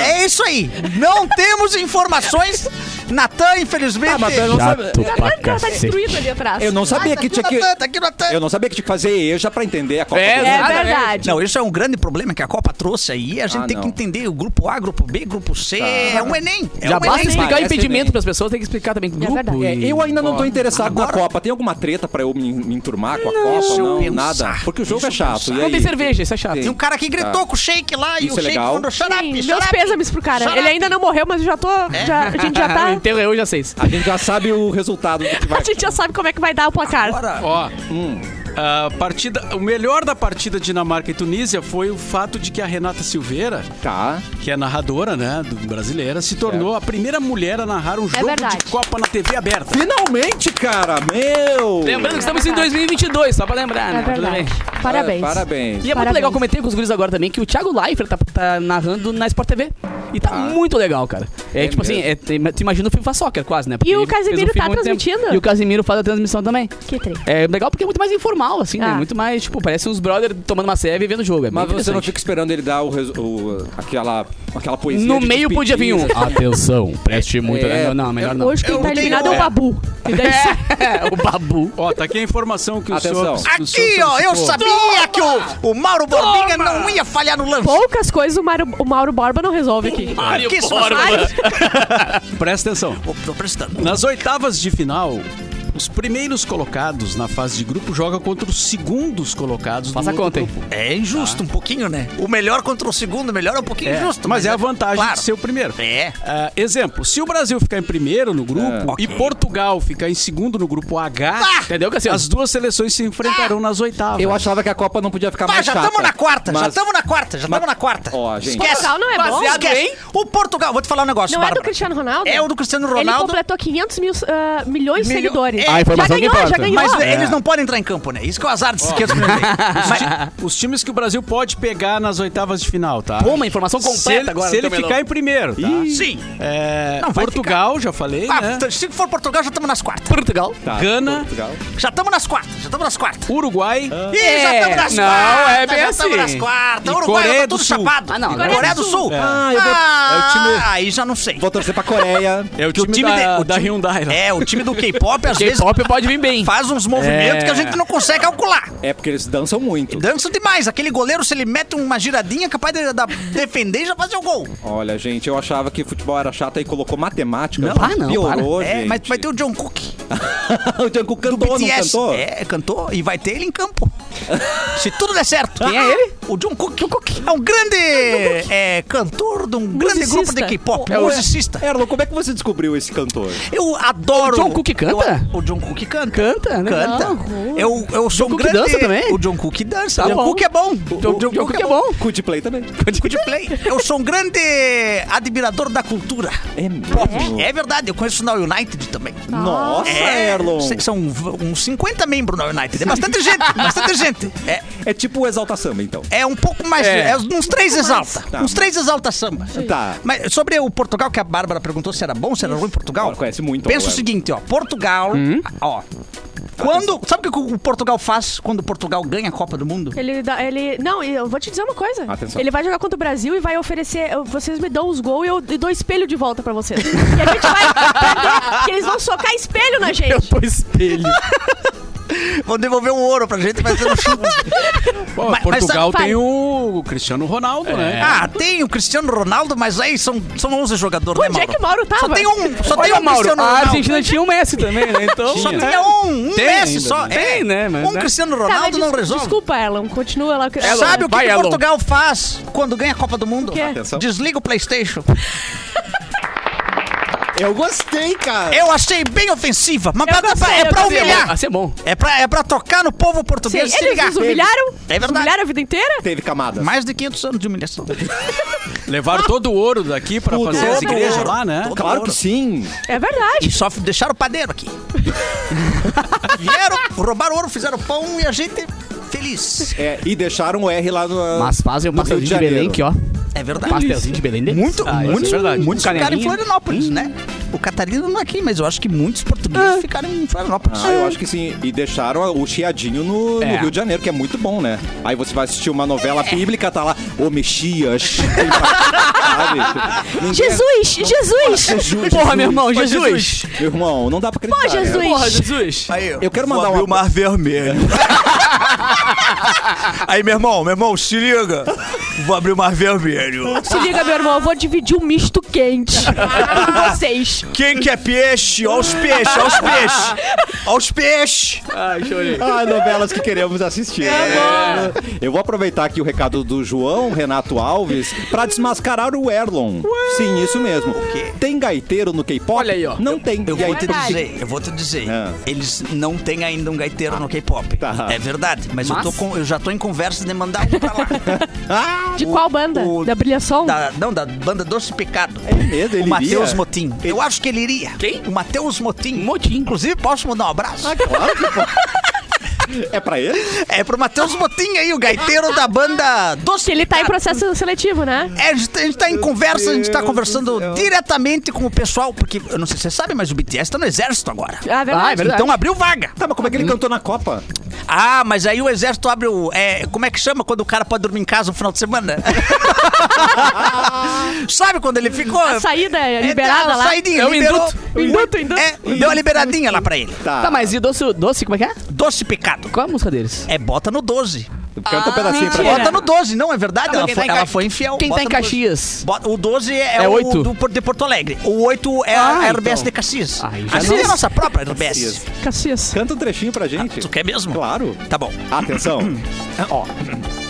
S2: é isso aí. Não temos informações Natan, infelizmente.
S1: Ah, mas eu não
S5: Chato
S1: sabia-
S5: pra
S4: Tá, tá
S5: cacete.
S4: destruído ali atrás.
S1: Eu não sabia
S2: tá
S1: que
S2: aqui o
S1: tinha que.
S2: Natan, tá aqui o Natan.
S1: Eu não sabia que tinha que fazer EJA pra entender a Copa
S5: É,
S1: do
S4: É
S1: Mundo.
S5: nada, né?
S4: verdade.
S2: Não, isso é um grande problema que a Copa trouxe aí. A gente
S1: Ah,
S2: tem que
S1: não. Tá.
S2: entender o grupo A, grupo B, grupo C. É um Enem. É
S5: Já
S2: um
S5: basta
S2: Enem.
S5: explicar
S1: Parece
S5: impedimento
S1: bem.
S5: pras pessoas, tem que explicar também grupo.
S4: verdade.
S1: É,
S5: e-
S1: eu ainda não tô
S5: Ó.
S1: interessado na Copa. Tem alguma treta pra eu me, me enturmar com a Copa?
S2: deixa eu
S1: Não,
S2: pensar,
S1: nada. Porque o jogo é
S2: deixa eu
S1: chato.
S2: pensar.
S1: E
S5: Não
S1: aí?
S5: tem cerveja, isso é chato.
S2: Tem um cara que gritou
S1: Tá.
S2: com o shake lá e
S1: Isso
S2: o
S1: é
S2: shake
S1: legal.
S2: mandou xarape,
S4: Sim, meus
S2: xarape.
S4: pêsames pro cara.
S2: xarape.
S4: Ele ainda não morreu, mas eu já tô. Já, a gente já
S5: Ah,
S4: tá.
S5: o enterro é hoje às seis.
S1: A gente já sabe o resultado do que vai.
S4: A gente já sabe como é que vai dar o
S1: Ah,
S4: placar.
S2: Agora,
S3: Ó, a partida, o melhor da partida Dinamarca e Tunísia foi o fato de que a Renata Silveira,
S1: Tá.
S3: que é narradora, né, do- brasileira, se tornou a primeira mulher a narrar um jogo
S4: verdade.
S3: de Copa na TV aberta.
S1: Finalmente, cara, meu! É,
S5: Lembrando que estamos em
S4: verdade.
S5: 2022, só pra lembrar, né?
S4: É
S5: Mas tudo
S4: verdade.
S5: bem.
S4: Parabéns.
S1: Ah, Parabéns.
S5: E é muito
S4: Parabéns.
S5: legal, comentei com os guris agora também, que o Thiago Leifert tá, tá narrando na Sport TV. E tá muito legal, cara. É,
S1: Ah. É
S5: tipo assim,
S1: mesmo.
S5: é, tem- tu imagina o FIFA Soccer quase, né? Porque
S4: E o
S5: ele fez
S4: Casemiro
S5: FIFA há
S4: tá
S5: muito tempo.
S4: transmitindo?
S5: E o Casimiro faz a transmissão também.
S4: Que treta.
S5: É legal porque é muito mais informal, assim, né?
S4: Ah.
S5: Muito mais, tipo, parece uns brother tomando uma série e vendo o jogo. É bem
S1: Mas você não
S5: interessante.
S1: fica esperando ele dar o, resu- o- aquela, aquela poesia.
S5: No
S1: de assim.
S5: meio podia vir um.
S1: despedida.
S5: Atenção, preste muito.
S1: É.
S5: Não, não, melhor não.
S4: Hoje quem
S2: Eu
S4: tá
S2: tenho-
S4: eliminado é o
S2: é.
S4: Babu. E daí sim.
S5: É, o babu.
S3: Ó, tá aqui a informação que o
S1: Atenção.
S3: senhor... o senhor
S2: aqui, ó, eu
S3: solicitou.
S2: sabia que o, o Mauro Borbinha não ia falhar no lance.
S4: Poucas coisas o Mauro, o Mauro Borba não resolve aqui.
S5: Mário
S2: que
S5: Borba.
S2: Ai,
S3: Presta atenção.
S2: pô, Tô prestando.
S3: Nas oitavas de final, os primeiros colocados na fase de grupo jogam contra os segundos colocados
S5: Faça
S3: do
S5: conta,
S3: outro
S5: hein?
S3: grupo.
S2: É injusto um pouquinho, né? O melhor contra o segundo, o melhor é um pouquinho
S3: É,
S2: injusto.
S3: mas é a vantagem
S2: claro.
S3: de ser o primeiro.
S2: É.
S3: Ah, exemplo, se o Brasil ficar em primeiro no grupo
S1: É.
S3: e Portugal ficar em segundo no grupo H,
S5: Entendeu, Cassiano?
S3: as duas seleções se enfrentarão nas oitavas.
S1: Eu achava que a Copa não podia ficar
S2: Tá,
S1: mais
S2: já
S1: chata.
S2: estamos na quarta, já
S1: mas-
S2: estamos na quarta, já estamos na quarta.
S1: Ó, gente.
S4: Portugal não é bom?
S2: Esquece.
S5: Hein?
S2: O Portugal, vou te falar um negócio,
S4: Não é do
S2: Bárbara.
S4: Cristiano Ronaldo?
S2: É o do Cristiano
S4: Ele
S2: Ronaldo.
S4: completou 500 mil, ah, milhões de
S2: Milho-
S4: seguidores.
S2: É. A
S5: informação que
S4: já ganhou,
S5: importa.
S4: já ganhou.
S2: Mas é- eles não podem entrar em campo, né? Isso que é o azar desses 500 milhões. Mas-
S3: Ah, Os times que o Brasil pode pegar nas oitavas de final, tá?
S5: Pô, uma informação
S3: se ele,
S5: completa agora.
S3: se ele
S5: Camelô.
S3: ficar em primeiro, tá?
S2: Sim.
S3: É,
S2: Não, vai
S3: Portugal, já falei,
S2: Ah,
S3: né?
S2: t- Se for Portugal, já estamos nas quartas.
S5: Portugal.
S1: Tá,
S3: Gana.
S1: Portugal.
S2: Já estamos nas quartas, já estamos nas quartas.
S3: Uruguai,
S2: Ih,
S5: É,
S2: já estamos nas
S5: não,
S2: quartas.
S5: é bem
S2: já estamos
S5: assim.
S2: nas quartas.
S3: E
S2: Uruguai já
S3: Coreia
S2: tá
S3: do
S2: tudo
S3: Sul.
S2: chapado.
S5: Ah, não,
S2: E
S5: Coreia
S2: Coreia
S4: do
S2: do Sul.
S1: Ah, eu vou-
S2: Ah,
S1: é o time-
S2: Aí já não sei.
S1: Vou torcer pra Coreia.
S3: é o
S2: Porque
S3: time, da, da Hyundai. né? lá.
S2: É, o time do K-pop às vezes
S5: K-pop pode vir bem.
S2: faz uns movimentos que a gente não consegue calcular.
S1: É porque eles dançam muito.
S2: Dança demais. Aquele goleiro, se ele mete uma giradinha, é capaz de da- defender e já fazer o gol.
S1: Olha, gente, eu achava que futebol era chato e colocou matemática.
S5: Não, ah, não,
S1: Piorou,
S2: É,
S1: gente.
S2: mas vai ter o John Cook.
S1: o Django cantou, não
S2: BTS.
S1: cantou?
S2: É, cantou. E vai ter ele em campo. Se tudo der certo.
S5: Quem é ele?
S2: O John Cook. É um grande é, cantor de um grande grupo de
S4: Musicista.
S2: K-pop.
S5: É o-
S2: musicista.
S1: Erlon, como é que você descobriu esse cantor?
S5: É.
S2: Eu adoro.
S5: O John Cook canta?
S2: Eu- o John Cook canta.
S5: Canta, né?
S2: Canta. Eu, eu sou um
S5: Cook
S2: grande...
S5: dança também?
S2: O John Cook dança.
S5: Tá
S2: o John
S5: bom.
S2: Cook é bom.
S5: O John, John Cook é bom.
S1: Cut Play também. É
S2: Good play. Eu sou um grande admirador da cultura.
S1: É mesmo?
S2: Pop. É verdade, eu conheço na United também.
S5: é.
S1: Nossa, Erlon.
S2: sei que São uns 50 membros na United. É bastante gente, bastante gente. É,
S1: É tipo o Exalta Samba, então.
S2: é um pouco mais.
S5: É.
S2: É, uns três exalta.
S1: Tá.
S2: Uns três exalta samba.
S1: Tá.
S2: Mas sobre o Portugal, que a Bárbara perguntou se era bom, se era ruim Portugal.
S1: Ela conhece
S5: Então
S1: muito,
S2: Pensa o
S1: Bárbara.
S2: seguinte, ó. Portugal,
S5: Hum?
S2: ó. Quando. Sabe o que o Portugal faz quando o Portugal ganha a Copa do Mundo?
S4: Ele, dá- ele. Não, e eu vou te dizer uma coisa.
S1: Atenção.
S4: Ele vai jogar contra o Brasil e vai oferecer. eu- Vocês me dão os gols e eu dou espelho de volta pra vocês. e a gente vai perder, que eles vão socar espelho na
S5: Eu
S4: gente.
S5: tô espelho.
S2: Vão devolver um ouro pra gente, vai ser um chute.
S3: Pô,
S2: Mas- mas
S3: Portugal
S4: tá-
S3: tem o Cristiano Ronaldo,
S5: É.
S3: né?
S2: Ah, tem o Cristiano Ronaldo, mas aí são, são 11 jogadores, né,
S4: Onde é
S2: Mauro?
S4: que o Mauro tava?
S2: Só tem um, só tem
S5: Olha,
S2: um
S5: Mauro,
S2: Cristiano
S5: a
S2: Ronaldo.
S5: Argentina tinha o Messi também, né? Então...
S2: Só
S3: Tinha.
S2: tinha um, um
S3: Tem
S2: Messi
S3: ainda,
S2: só.
S3: né?
S2: é.
S5: Tem, né, mas,
S2: um
S5: né?
S2: Cristiano
S4: Tá, mas
S2: Ronaldo não
S4: des-
S2: resolve.
S4: Desculpa, Erlon, continua lá.
S2: Sabe o que,
S5: vai,
S2: que
S5: Elon.
S2: Portugal faz quando ganha a Copa do Mundo?
S4: O quê?
S1: Atenção.
S2: Desliga o Playstation.
S1: Eu gostei, cara.
S2: Eu achei bem ofensiva, mas
S4: Eu
S2: pra-
S4: gostei,
S2: pra- é
S4: eu
S2: pra
S4: gostei.
S5: Ah,
S2: humilhar.
S5: isso é bom.
S2: É pra, é pra tocar no povo
S4: Sim,
S2: português e se
S4: eles
S2: ligar.
S4: nos humilharam?
S2: É
S4: Nos
S2: verdade.
S4: humilharam a vida inteira?
S1: Teve camadas.
S2: Mais de 500 anos de humilhação.
S3: Levaram todo o ouro daqui pra
S1: Tudo.
S3: fazer as
S2: Todo
S3: igrejas
S2: ouro.
S3: lá, né?
S2: Todo
S1: Claro que
S2: ouro.
S1: sim.
S4: É verdade.
S2: E só f- deixaram o padeiro aqui. Vieram, roubaram ouro, fizeram pão e a gente feliz.
S1: É, e deixaram o R lá no.
S5: Mas fazem o
S1: no Rio
S5: passadinho
S1: de
S5: de Belém,
S1: Janeiro.
S5: que ó.
S2: É verdade.
S5: Pastelzinho de Belém deles.
S2: Muito,
S3: Ah, isso
S2: muito,
S3: é verdade.
S2: muito ficaram em
S5: Canelinha.
S2: Florianópolis, né? O Catarina não é aqui, mas eu acho que muitos
S4: Ah.
S2: portugueses ficaram em Florianópolis.
S1: Ah, eu acho que sim. E deixaram o chiadinho no, no
S5: É.
S1: Rio de Janeiro, que é muito bom, né? Aí você vai assistir uma novela bíblica, tá lá, ô Mexias. Sabe? Ninguém-
S4: Jesus, Jesus!
S1: Jesus.
S5: Porra, meu irmão,
S1: Ô,
S5: Jesus.
S1: Meu irmão, não dá pra acreditar. né?
S4: Pô, Jesus.
S5: Porra, Jesus.
S6: Aí,
S1: Eu quero
S6: vou
S1: mandar
S6: abrir
S1: uma-
S6: o mar vermelho. Aí, meu irmão, meu irmão, se liga. Vou abrir o mar vermelho.
S4: Se liga, meu irmão, eu vou dividir um misto quente com vocês.
S6: Quem quer peixe? Ó os peixes, ó os peixes. Ó os peixes.
S5: Ai, chorei.
S1: Ah, novelas que queremos assistir. É. Eu vou aproveitar aqui o recado do João Renato Alves pra desmascarar o Erlon. Sim, isso mesmo. Tem gaiteiro no K-pop?
S5: Olha aí, ó.
S1: Não tem.
S2: Eu
S5: é
S1: E aí
S2: vou né? te
S1: tem-
S2: dizer, eu vou te dizer,
S1: Ah.
S2: eles não têm ainda um gaiteiro no K-pop.
S1: Tá.
S2: É verdade, mas,
S5: Mas?
S2: Eu, tô com- eu já tô em conversa de mandar um pra lá.
S1: Ah,
S4: De qual banda?
S2: o-
S4: da Brilha Som?
S2: Da- não, da banda Doce Pecado.
S6: É
S1: medo, ele
S2: o Matheus
S1: iria?
S2: Motim. Eu acho que ele iria.
S5: Quem?
S2: O Matheus Motim.
S5: Motim.
S2: Inclusive, posso mandar um abraço?
S1: claro que pode. É pra ele?
S2: É pro Matheus Motim aí, o gaiteiro da banda Doce
S4: Que ele tá em
S2: Pecado.
S4: processo seletivo, né?
S2: É, a gente tá- a gente tá em conversa, a gente tá conversando diretamente com o pessoal, porque eu não sei se você sabe, mas o BTS tá no exército agora.
S4: Ah,
S5: Ah, é
S4: verdade.
S5: verdade.
S2: Então abriu vaga.
S1: Tá, mas como é
S2: Hum.
S1: que ele cantou na Copa?
S2: Ah, mas aí o exército abre o. é, como é que chama quando o cara pode dormir em casa no final de semana? Sabe quando ele ficou.
S4: A saída é liberada
S2: a
S4: lá.
S2: saidinha,
S5: É o
S2: liberou.
S5: induto.
S4: O induto, o induto.
S2: É, deu uma liberadinha lá pra ele.
S1: Tá,
S5: Tá, mas e doce, doce, como é que é?
S2: Doce pecado.
S5: Qual é a música deles?
S2: É bota no 12.
S1: canta um pedacinho pra
S5: mentira.
S1: mim.
S2: Ah, Bota no 12, não é verdade?
S5: Tá,
S2: Ela
S5: quem
S2: foi,
S5: tá em Ca-
S2: ela foi infiel.
S5: Quem
S2: bota
S5: tá em
S2: no 12.
S5: Caxias?
S2: Bota- o 12 é,
S5: É
S2: o
S5: oito?
S2: do Porto de Porto Alegre. O 8 é
S5: Ah,
S2: a RBS
S5: então.
S2: de Caxias.
S5: Aí já
S2: a gente
S5: não-
S2: é a nossa própria RBS.
S4: Cacias.
S1: Canta um trechinho pra gente.
S2: Ah, Tu quer mesmo?
S1: Claro.
S2: Tá Ah, bom.
S1: Atenção.
S5: Ó.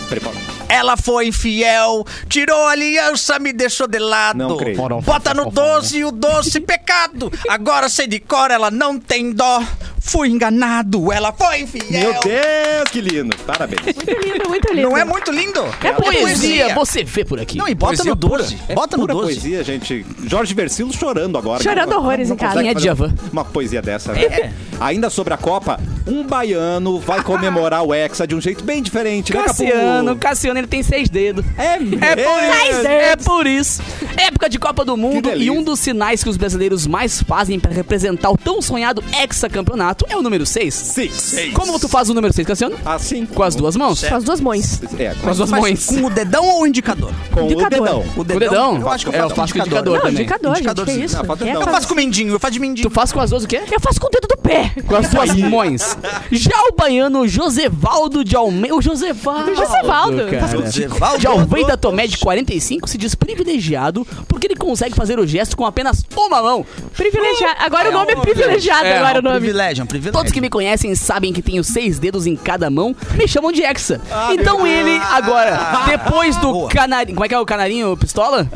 S1: Prepara.
S2: Ela foi infiel, tirou a aliança, me deixou de lado.
S1: Não creio.
S2: Bota no 12 o doce pecado. Agora sei de cor, ela não tem dó. Fui enganado, ela foi infiel.
S1: Meu Deus, que lindo. Parabéns.
S4: Muito lindo, muito lindo.
S2: Não é muito lindo?
S4: É poesia.
S5: Poesia, você vê por aqui.
S2: Não, e bota
S5: Poesia
S2: no 12.
S5: pura.
S2: Bota no
S1: Pura
S2: 12.
S1: poesia, gente. Jorge Versilo chorando agora.
S4: Chorando horrores em casa.
S1: consegue
S5: Quem é
S1: fazer
S5: Djavan?
S1: Uma poesia dessa, né?
S5: É.
S1: Ainda sobre a Copa, um baiano vai comemorar o Hexa de um jeito bem diferente, né, Capu?
S5: Cassiano, Cassiano, ele tem seis dedos.
S1: É mesmo?
S5: É por isso, é
S4: dedos.
S5: por isso. Época de Copa do Mundo
S1: delícia.
S5: e um dos sinais que os brasileiros mais fazem para representar o tão sonhado hexacampeonato é o número 6.
S1: Six. Seis.
S5: Como tu faz o número 6, Cassiano?
S1: Assim.
S5: Com as duas mãos?
S4: Com as duas mãos.
S1: É,
S5: Com as duas
S2: Mas
S5: mãos.
S2: com o dedão ou o indicador?
S1: com o
S4: Indicador.
S1: dedão.
S2: O
S5: Com o dedão?
S2: Eu acho que eu
S5: É,
S2: faço,
S5: eu faço
S2: com o
S5: com
S2: indicador.
S5: indicador.
S4: Não,
S5: também. Então,
S4: indicador, gente. Que
S2: Indicadorzinho.
S4: isso?
S1: Ah, falta
S4: Quem é
S1: dar
S4: que
S1: uma-
S2: Eu
S4: faz-
S2: faço com o mindinho, eu faço de mindinho.
S5: Tu faz com as duas o quê?
S4: Eu faço com o dedo do pé.
S5: Com as duas mãos. Já o baiano Josevaldo de Almeida. O Josevaldo.
S4: Josevaldo.
S5: cara.
S2: Zevaldo.
S5: De Almeida Tomé de 45 se diz privilegiado porque ele consegue fazer o gesto com apenas uma mão.
S4: Privilegiado. Agora o nome é
S2: um-
S4: privilegiado.
S5: É,
S4: agora o
S2: um
S4: nome.
S2: privilégio, é um privilégio.
S5: Todos que me conhecem sabem que tenho seis dedos em cada mão, me chamam de Hexa. então ele, agora, depois do
S2: boa.
S5: canarinho. Como é que é o Ah, canarinho pistola?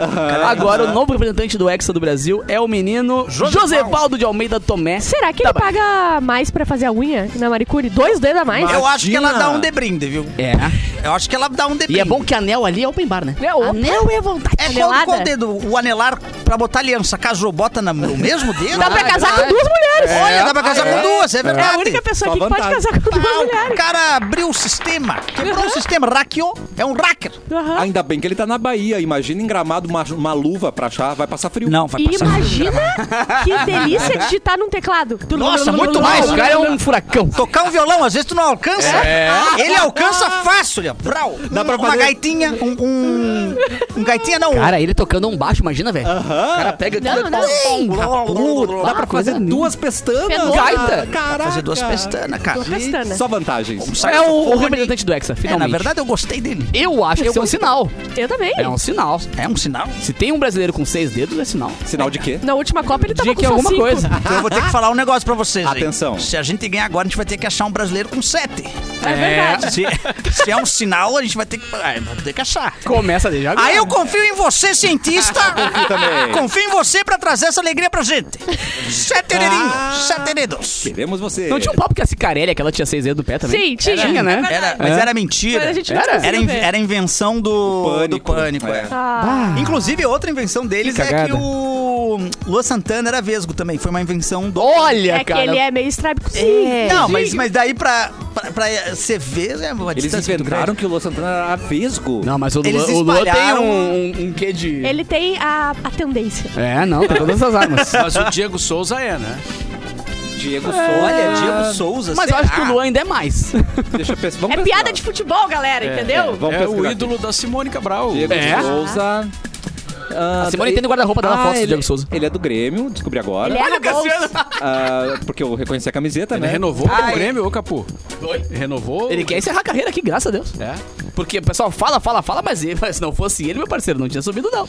S5: Agora, o novo representante do Hexa do Brasil é o menino Josevaldo de Almeida Tomé.
S4: Será que
S5: Tá
S4: ele
S5: bom.
S4: paga mais pra fazer a unha na Maricure? Dois dedos a mais?
S2: Eu acho que ela
S1: Imagina.
S2: dá um debrinde, viu?
S5: É.
S2: Eu acho que ela dá um debrinde.
S5: E é bom que anel ali é open bar, né?
S4: É, opa.
S5: anel é vontade.
S2: É qual,
S4: Anelada?
S2: qual dedo? O anelar pra botar aliança. Casou, bota na- no mesmo dedo?
S4: Dá pra casar com duas mulheres.
S2: Olha, dá pra casar
S1: É.
S2: com duas, é
S4: É
S2: verdade.
S4: a única pessoa
S1: Só
S4: aqui que pode
S1: vantagem.
S4: casar com duas
S2: Ah, o
S4: mulheres. Uhum.
S2: cara abriu o sistema, quebrou o sistema, hackeou. É um hacker.
S4: Aham.
S1: Ainda bem que ele tá na Bahia. Imagina em gramado uma, uma luva pra achar, vai passar frio.
S2: vai
S4: E imagina que delícia digitar num teclado.
S2: Nossa, muito mais.
S5: o cara é um furacão.
S2: Tocar um violão, às vezes tu não alcança. Ele alcança fácil, olha. Brau.
S1: É. Dá
S2: Um-
S1: pra
S2: Uma
S1: fazer-
S2: gaitinha, um... Um, um gaitinha não.
S5: Cara, ele tocando um baixo, imagina, velho. O cara pega aqui.
S4: Não, não.
S2: Sim.
S1: Pô, dá
S5: Ah,
S1: pra
S5: coisa
S1: fazer
S5: linda.
S1: é duas pestanas.
S4: Fenômeno.
S1: cara.
S5: Gaita.
S1: Caraca.
S2: Fazer duas pestanas, cara.
S4: Pestana.
S1: Só vantagens.
S5: É o, o representante do Hexa,
S2: É, na
S5: finalmente.
S2: verdade, eu gostei dele.
S5: eu acho que
S4: Eu
S5: isso é um
S4: gostei.
S5: sinal.
S4: Eu também.
S5: É um sinal.
S2: É um sinal.
S5: Se tem um brasileiro com seis dedos, é sinal.
S1: Sinal de quê?
S4: Na última Copa ele tava
S5: Diga
S4: com
S5: que é
S4: só
S5: alguma
S4: cinco.
S5: coisa.
S2: Então eu vou ter que falar um negócio pra vocês aí.
S1: Atenção.
S2: Se a gente ganhar agora, a gente vai ter que achar um brasileiro com sete.
S4: É verdade.
S2: Se, se é um sinal, a gente vai ter que, ah, vai ter que achar.
S5: Começa desde agora.
S2: Aí Ah, eu confio em você, cientista. confio
S1: também.
S2: em você pra trazer essa alegria pra gente. Sete dedos. Sete dedos.
S1: Queremos você.
S5: Não tinha um papo que a Cicarelli, aquela tinha seis dedos do pé também?
S4: Sim, tinha.
S5: Tinha, né?
S2: Era, mas era mentira.
S4: Mas a gente não
S5: Era?
S4: conseguiu
S2: Era, in-
S4: ver.
S2: era invenção do
S1: Pânico.
S2: do pânico é.
S4: Ah,
S2: Inclusive, outra invenção deles
S5: Que
S2: é que
S5: cagada.
S2: o. Lua Santana era vesgo também. Foi uma invenção do.
S5: Olha,
S4: É que
S5: cara.
S4: ele é meio estrábico, sim.
S2: Não, mas, mas daí pra, pra, pra ser vesgo é uma
S1: Eles
S2: distância muito
S1: inventaram que o Luan Santana era vesgo.
S5: Não, mas o Lua,
S2: Eles
S5: o Lua tem
S2: espalharam-
S5: um, um, um quê de.
S4: Ele tem a, a tendência.
S5: É, não, tem todas as armas.
S3: Mas o Diego Souza é, né?
S5: É.
S1: Diego
S2: Olha, Diego Souza.
S5: Ah. Mas eu acho que o
S2: será?
S5: Luan ainda é mais.
S1: Deixa eu pensar. Vamos
S4: é
S1: pesquisar.
S4: piada de futebol, galera, entendeu?
S1: Vamos
S3: é o
S1: pesquisar
S3: ídolo da Simone Cabral.
S1: aqui. Diego
S5: É?
S1: Souza. Ah,
S5: A Simone
S1: ele-
S5: tem no guarda-roupa dela
S1: Ah,
S5: fotos
S1: ele,
S5: do Diego Souza.
S1: Ele é do Grêmio, descobri agora.
S4: Ele é era bolsa.
S1: Ah, porque eu reconheci a camiseta,
S3: Ele
S1: né?
S3: renovou
S2: Ai.
S3: com o Grêmio, ô Capu? Renovou?
S5: Ele quer encerrar a carreira aqui, graças a Deus.
S3: É.
S5: Porque o pessoal fala, fala, fala, mas, ele, mas se não fosse ele, meu parceiro, não tinha subido, não.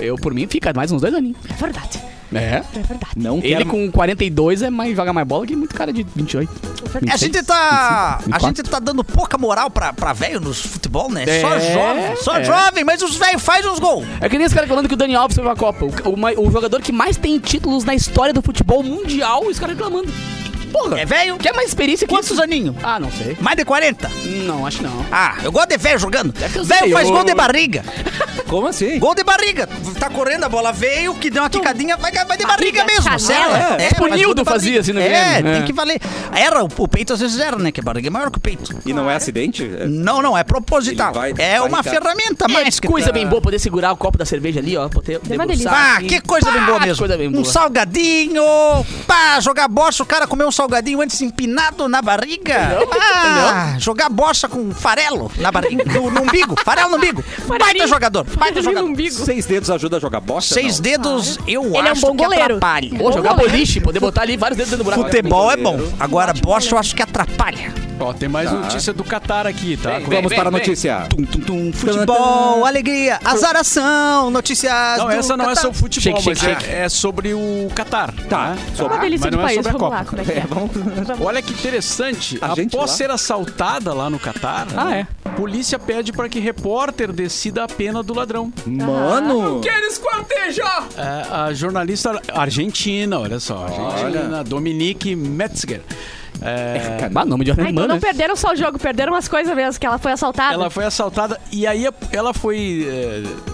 S5: Eu, por mim, fica mais uns dois aninhos.
S4: É verdade,
S5: É.
S4: é verdade,
S1: Não
S5: Ele
S1: quero-
S5: com 42 é mais, joga mais bola que muito cara de 28.
S4: é verdade.
S2: A gente tá.
S5: 25,
S2: A
S5: 24.
S2: gente tá dando pouca moral pra, pra velho nos futebol, né? só
S5: É,
S2: jovem. Só
S5: é.
S2: jovem, mas os velhos fazem os gols.
S5: É que nem esse cara falando que o Dani Alves foi pra Copa. O, o ma- o jogador que mais tem títulos na história do futebol mundial, esse cara reclamando. Porra,
S2: É velho?
S5: quer mais experiência que
S2: Quantos
S5: isso?
S2: aninhos?
S5: Ah, não sei.
S2: Mais de 40?
S5: Não, acho não.
S2: Ah, eu gosto de velho jogando.
S5: Deve ter
S2: Velho faz
S5: senhor.
S2: gol de barriga.
S1: Como assim?
S2: Gol de barriga. Tá correndo, a bola veio, que deu uma quicadinha, vai, vai de barriga
S4: Barriga,
S2: mesmo.
S4: canela.
S2: sério.
S5: Então, É, tipo o
S2: mas
S5: Nildo
S2: gol de
S5: fazia,
S2: barriga.
S5: assim, no
S2: É,
S5: Grêmio.
S2: tem
S5: É.
S2: que valer. Era, o peito às vezes era, né? Que a barriga é maior que o peito.
S1: E não é acidente?
S5: Ah,
S1: É-
S2: Não, não, é proposital.
S1: Ele vai-
S2: é
S1: vai
S2: uma
S1: encar-
S2: ferramenta mais
S5: Que coisa bem boa poder segurar o copo da cerveja ali, ó. Poder
S4: uma
S5: debruçar
S2: tá- Ah,
S5: aqui.
S2: que coisa bem
S5: Pá,
S2: boa
S5: que
S2: mesmo.
S5: coisa bem boa.
S2: Um salgadinho, pá, jogar bocha, o cara comeu um salgadinho antes empinado na barriga. Ah, jogar bocha com farelo na barriga, no, no umbigo, farelo no umbigo. Baita
S4: Farinha-
S2: jogador, baita
S4: farinha no
S2: jogador.
S4: umbigo.
S1: Seis dedos ajuda a jogar bosta?
S2: Seis
S1: Não.
S2: dedos, eu
S4: é um
S2: acho
S4: bom
S2: que
S4: goleiro.
S2: atrapalha.
S5: Pô, jogar
S4: Bola, né?
S5: boliche, poder botar ali vários dedos dentro do buraco.
S2: Futebol é bom, agora bocha eu acho que atrapalha.
S3: Ó, tem mais notícia do Qatar aqui, tá? Como-
S1: Vamos para a notícia.
S2: Futebol, alegria, azaração, notícias
S3: Não,
S2: do
S3: essa não é
S2: Catar.
S3: sobre futebol,
S5: Shake,
S3: mas
S5: shake,
S3: é- é, sobre o Qatar.
S1: Tá, sobre-
S4: Uma delícia
S3: mas
S4: do
S3: não é
S4: país,
S3: sobre a
S4: vamos lá,
S3: Copa.
S4: como é que é.
S3: Olha que interessante.
S1: A gente
S3: Após
S1: lá?
S3: ser assaltada lá no Catar,
S5: Ah, é.
S3: polícia pede para que repórter decida a pena do ladrão.
S1: Mano!
S5: Eles cortejam!
S3: É, a jornalista argentina, olha só, argentina, Dominique Metzger. É,
S5: Bah, nome de
S4: Ah, então
S5: Armando,
S4: não
S5: né?
S4: perderam só o jogo, perderam umas coisas mesmo, que ela foi assaltada.
S3: ela foi assaltada e aí a- ela foi,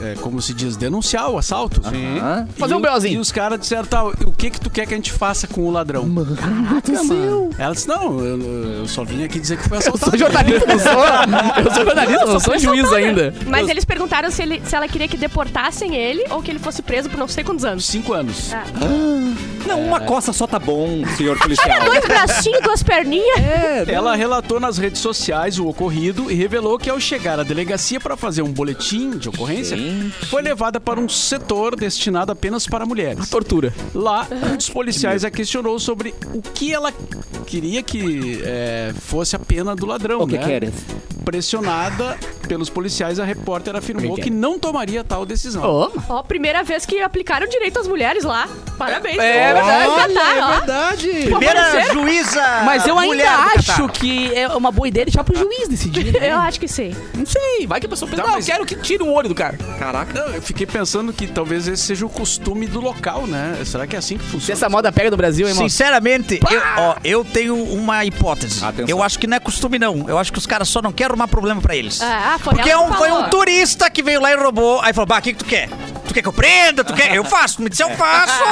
S3: é, é, como se diz, denunciar o assalto. Sim.
S1: Hã?
S5: Fazer um
S3: E o-
S5: BOzinho.
S3: E os caras disseram, tá, o que que tu quer que a gente faça com o ladrão? Mano, Ela disse, não, eu, eu só vim aqui dizer que foi
S5: Eu sou
S3: assaltado.
S5: jornalista, não
S4: Então
S5: sou. Eu sou jornalista, não
S4: tá,
S5: sou juiz
S4: né?
S5: ainda.
S4: Mas eles perguntaram se, ele- se ela queria que deportassem ele ou que ele fosse preso por não sei quantos anos.
S3: Cinco anos.
S4: Ah.
S1: Não,
S5: É.
S1: uma coça só tá bom, senhor policial.
S4: Dois bracinhos, duas perninhas.
S3: Ela relatou nas redes sociais o ocorrido e revelou que ao chegar à delegacia para fazer um boletim de ocorrência, foi levada para um setor destinado apenas para mulheres.
S5: Tortura.
S3: Lá, um dos policiais a questionou sobre o que ela queria que é, fosse a pena do ladrão,
S1: O que
S3: né?
S5: É.
S1: queres?
S3: Pressionada pelos policiais, a repórter afirmou
S5: que
S3: que não tomaria tal decisão.
S1: Oh.
S5: Ô,
S4: Ó, primeira vez que aplicaram direito às mulheres lá. Parabéns.
S5: É
S4: Ó,
S5: verdade,
S4: Catar, ó.
S1: Verdade!
S2: Primeira juíza
S5: Mas eu
S2: mulher
S5: ainda
S2: do Catar.
S5: acho que é uma boa ideia deixar pro juiz decidir. né?
S4: Eu acho que sim.
S5: Não sei, vai que a pessoa pensa,
S3: Tá,
S5: não,
S3: mas-
S5: eu quero que tire um olho do cara.
S1: Caraca.
S3: Não, eu fiquei pensando que talvez esse seja o costume do local, né? Será que é assim que
S5: Se
S3: funciona?
S5: essa moda pega no Brasil, hein, irmão?
S2: Sinceramente, eu, ó, eu tenho uma hipótese.
S1: Atenção.
S2: Eu acho que não é costume, não. Eu acho que os caras só não querem arrumar problema pra eles.
S4: Ah, foi
S2: Porque
S4: ela que
S2: um, foi
S4: falou.
S2: um turista que veio lá e roubou. Aí falou: Bah, o que, que tu quer? Tu quer que eu prenda? Tu quer? Eu faço. Me disse,
S5: É.
S2: eu faço.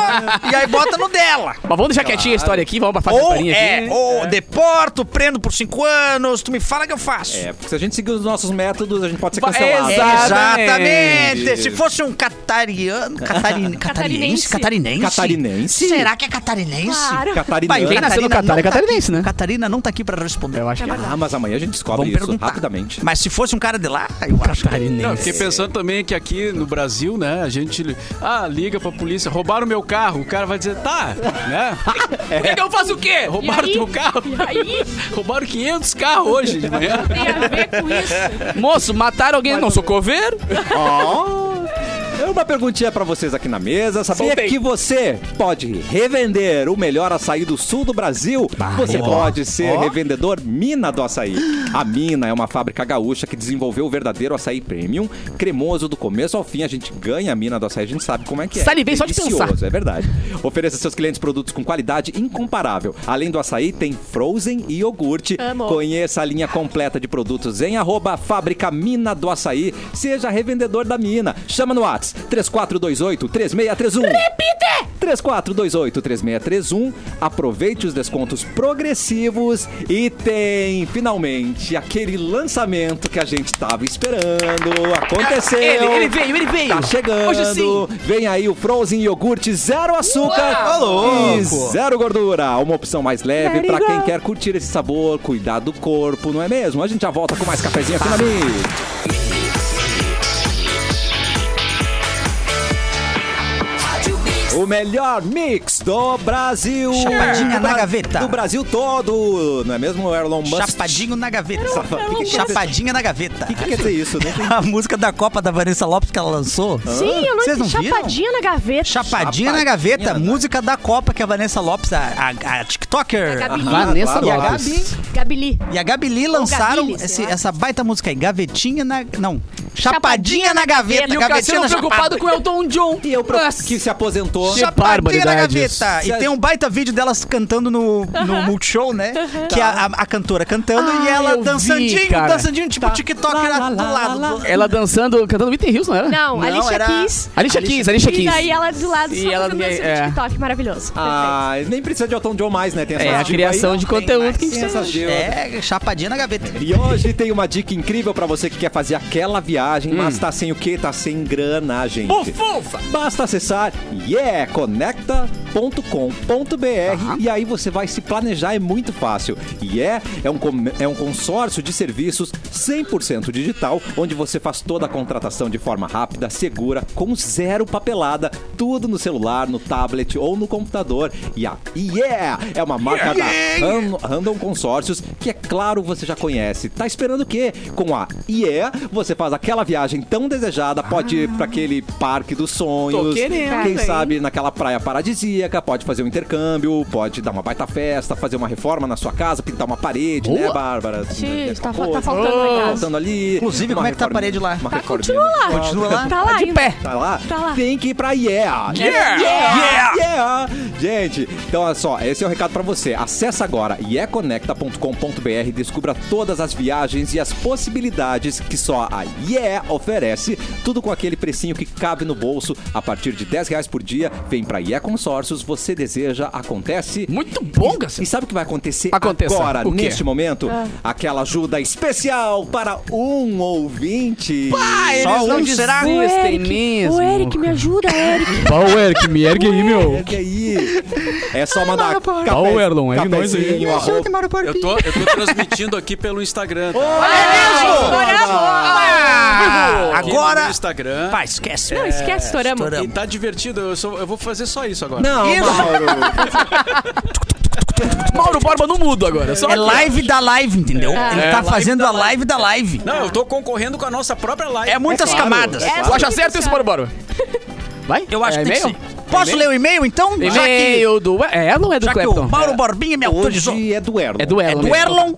S2: e aí bota no dela.
S5: Mas vamos deixar quietinha a história aqui, vamos pra faixa
S2: Ou,
S5: farinha
S2: é,
S5: aqui.
S2: ou deporto, prendo por cinco anos, tu me fala que eu faço.
S1: É, porque se a gente seguir os nossos métodos, a gente pode ser
S5: Vai-
S1: cancelado.
S5: Exato.
S2: Exatamente. Se fosse um catariano. Catarin,
S4: Catarinense.
S2: catarinense? Catarinense?
S1: Catarinense?
S2: Será que é catarinense?
S4: Claro.
S2: Vai,
S1: Catarinense.
S5: Quem nasceu no
S2: Catarina
S5: Catar é
S2: não tá
S5: catarinense, né?
S2: Catarina não tá aqui pra responder.
S5: Eu acho que é.
S1: Ah, mas amanhã a gente descobre
S2: Vamos
S1: isso
S2: perguntar.
S1: rapidamente.
S2: Mas se fosse um cara de lá, eu acho
S5: tá
S2: que...
S3: Não, eu fiquei pensando também que aqui no Brasil, né, a gente ah, liga pra polícia, roubaram meu carro, o cara vai dizer, tá, né?
S5: Por que eu faço o quê?
S3: Roubaram
S4: E aí?
S3: teu carro.
S4: E aí,
S3: Roubaram 500 carros hoje de manhã.
S4: tem a ver com isso.
S5: Moço, mataram alguém. Não sou coveiro.
S1: Eu É Uma perguntinha pra vocês aqui na mesa. Sabia
S5: Soltei.
S1: que você pode revender o melhor açaí do sul do Brasil? você pode ser revendedor mina do açaí. A Mina é uma fábrica gaúcha que desenvolveu o verdadeiro açaí premium, cremoso do começo ao fim. A gente ganha a mina do açaí, a gente sabe como é que é.
S5: Salivei só de
S1: Delicioso,
S5: pensar.
S1: É verdade. Ofereça aos seus clientes produtos com qualidade incomparável. Além do açaí, tem frozen e iogurte.
S4: Amo.
S1: Conheça a linha completa de produtos em arroba Fábrica Mina do Açaí. Seja revendedor da Mina. Chama no Whats 3428 3631. Repita! 3428 3631. Aproveite os descontos progressivos e tem finalmente aquele lançamento que a gente tava esperando. Aconteceu.
S5: Ele, ele veio, ele veio.
S1: Tá chegando.
S5: Hoje sim.
S1: Vem aí o Frozen Iogurte Zero Açúcar e Zero Gordura. Uma opção mais leve
S4: Very
S1: pra quem
S4: good.
S1: quer curtir esse sabor, cuidar do corpo, não é mesmo? A gente já volta com mais cafezinho
S2: Ah.
S1: aqui na Mix. O melhor mix do Brasil.
S2: Chapadinha
S1: Do Bra-
S2: na gaveta.
S1: Do Brasil todo, não é mesmo, Erlon Musk?
S2: Chapadinho na gaveta.
S1: Safa- que que quer
S2: Chapadinha na gaveta.
S1: O que quer dizer isso? Nem
S2: A música da Copa da Vanessa Lopes que ela lançou.
S4: Sim, eu não
S2: Vocês não
S4: entendi.
S2: viram?
S4: Chapadinha na gaveta.
S2: Chapadinha na gaveta, música da Copa que a Vanessa Lopes, a, a- a TikToker
S4: A É, Gabi Lee.
S5: Vanessa
S2: e a
S5: Lopes.
S2: Gabi
S4: Gabili.
S2: e a Gabi Lee lançaram
S4: Gabi Lee, sei
S2: esse-
S4: lá.
S2: essa baita música aí, gavetinha na não, chapadinha na gaveta,
S5: E o
S2: gavetinha
S5: Cassiano
S2: na
S5: preocupado
S2: chapada.
S5: com o Elton John.
S1: E eu pro-
S5: Nossa.
S1: que se aposentou.
S5: Che-
S2: Chapadinha na
S5: barbaridades.
S2: gaveta.
S1: Se a-
S2: E tem um baita vídeo delas cantando no, no Multishow, né? Que a, a, a cantora cantando e
S5: Ah,
S2: ela
S5: eu vi,
S2: dançandinho,
S5: cara.
S2: dançandinho, tipo TikTok lá, do lado.
S5: Ela dançando, cantando Whitney Houston, não era?
S4: Não, Alicia
S2: era-
S4: Keys.
S5: Alicia Keys, Alicia
S4: E daí
S5: Keys.
S4: ela do lado
S5: E
S4: só
S5: ela-
S4: fazendo dança
S5: é.
S4: no TikTok. Maravilhoso.
S1: Ah, nem precisa de Elton John mais, né? Tem essa
S5: É a
S1: dica
S5: criação
S1: aí.
S5: de conteúdo que a
S1: Tem
S5: gente tem.
S1: essas
S5: hoje.
S1: dicas.
S2: É, chapadinha na gaveta.
S1: E hoje tem uma dica incrível pra você que quer fazer aquela viagem, mas tá sem o quê? Tá sem grana, gente.
S5: Ufa!
S1: Basta acessar yeahconecta.com.br e aí você vai se planejar, é muito fácil. Yeah é um, com- é um consórcio de serviços 100% digital, onde você faz toda a contratação de forma rápida, segura, com zero papelada, tudo no celular, no tablet ou no computador. E a Yeah é uma marca da Ran- Random Consórcios, que é claro você já conhece. Tá esperando o quê? Com a Yeah, você faz aquela viagem tão desejada, pode ir para aquele parque dos sonhos.
S5: Tô querendo,
S1: Quem
S5: hein?
S1: sabe naquela praia paradisíaca, pode fazer um intercâmbio, pode dar uma baita festa, fazer uma reforma na sua casa, pintar uma parede, né,
S5: Boa.
S1: Bárbara?
S4: Sim,
S1: Alguma
S4: tá, fa-
S1: coisa.
S4: tá faltando na
S1: Tá
S4: casa.
S1: Voltando ali.
S2: Inclusive,
S1: uma
S2: como é que tá a
S1: reforminha-
S2: parede lá?
S1: Uma
S4: Tá,
S1: reforminha.
S4: continua lá.
S2: Continua lá.
S4: Tá lá
S5: de
S4: ainda.
S5: pé.
S1: Tá lá?
S4: Tá lá.
S1: Tem que ir pra Yeah!
S5: Yeah!
S1: Yeah! Yeah! Gente, então olha só, esse é o recado pra você. Acesse agora yeahconecta.com.br e descubra todas as viagens e as possibilidades que só a Yeah oferece. Tudo com aquele precinho que cabe no bolso. A partir de 10 reais por dia, vem pra Yeah Consórcios. Você deseja, acontece.
S5: Muito bom,
S1: E
S5: Cassiano.
S1: sabe o que vai acontecer
S5: Aconteça.
S1: agora,
S5: O quê?
S1: neste momento? Aquela ajuda especial para um ouvinte.
S5: Ah,
S2: Só
S5: eles não
S2: um será?
S4: O
S5: desistem
S4: Eric,
S5: mesmo.
S4: O Eric, me ajuda, Eric.
S7: Pau, Eric, me ergue aí, meu.
S1: Ergue aí. É só mandar café,
S7: Ó, o Erlon, ergue nós aí.
S1: cafezinho, arroba.
S3: Eu tô, eu tô transmitindo aqui pelo Instagram.
S1: Oh,
S3: Tá?
S4: É
S2: Ah,
S3: Aqui
S2: agora.
S3: no Instagram.
S2: Pá, esquece.
S4: Não, esquece, estouramos.
S3: E tá divertido, eu, só- eu vou fazer só isso agora.
S1: Não,
S2: Isso.
S1: Mauro.
S5: Mauro Borba no mudo agora. Só
S2: É
S5: aqui.
S2: live da live, entendeu? Ele
S3: É,
S2: tá
S3: live
S2: fazendo a live da live.
S3: Não, eu tô concorrendo com a nossa própria live.
S2: É muitas
S3: claro.
S2: camadas.
S4: É,
S5: Tu acha certo isso, Mauro Borba? Vai?
S2: Eu acho
S5: é
S2: que tem que
S5: e-mail?
S2: ser. Posso ler o e-mail então? Já que-
S5: E-mail do... É, não é do
S2: Já que, o
S5: Clapton.
S2: Mauro Borbinha me autorizou.
S1: Hoje é do Erlon.
S5: É do
S2: É
S5: Erlon.
S2: do
S5: mesmo.
S2: Erlon?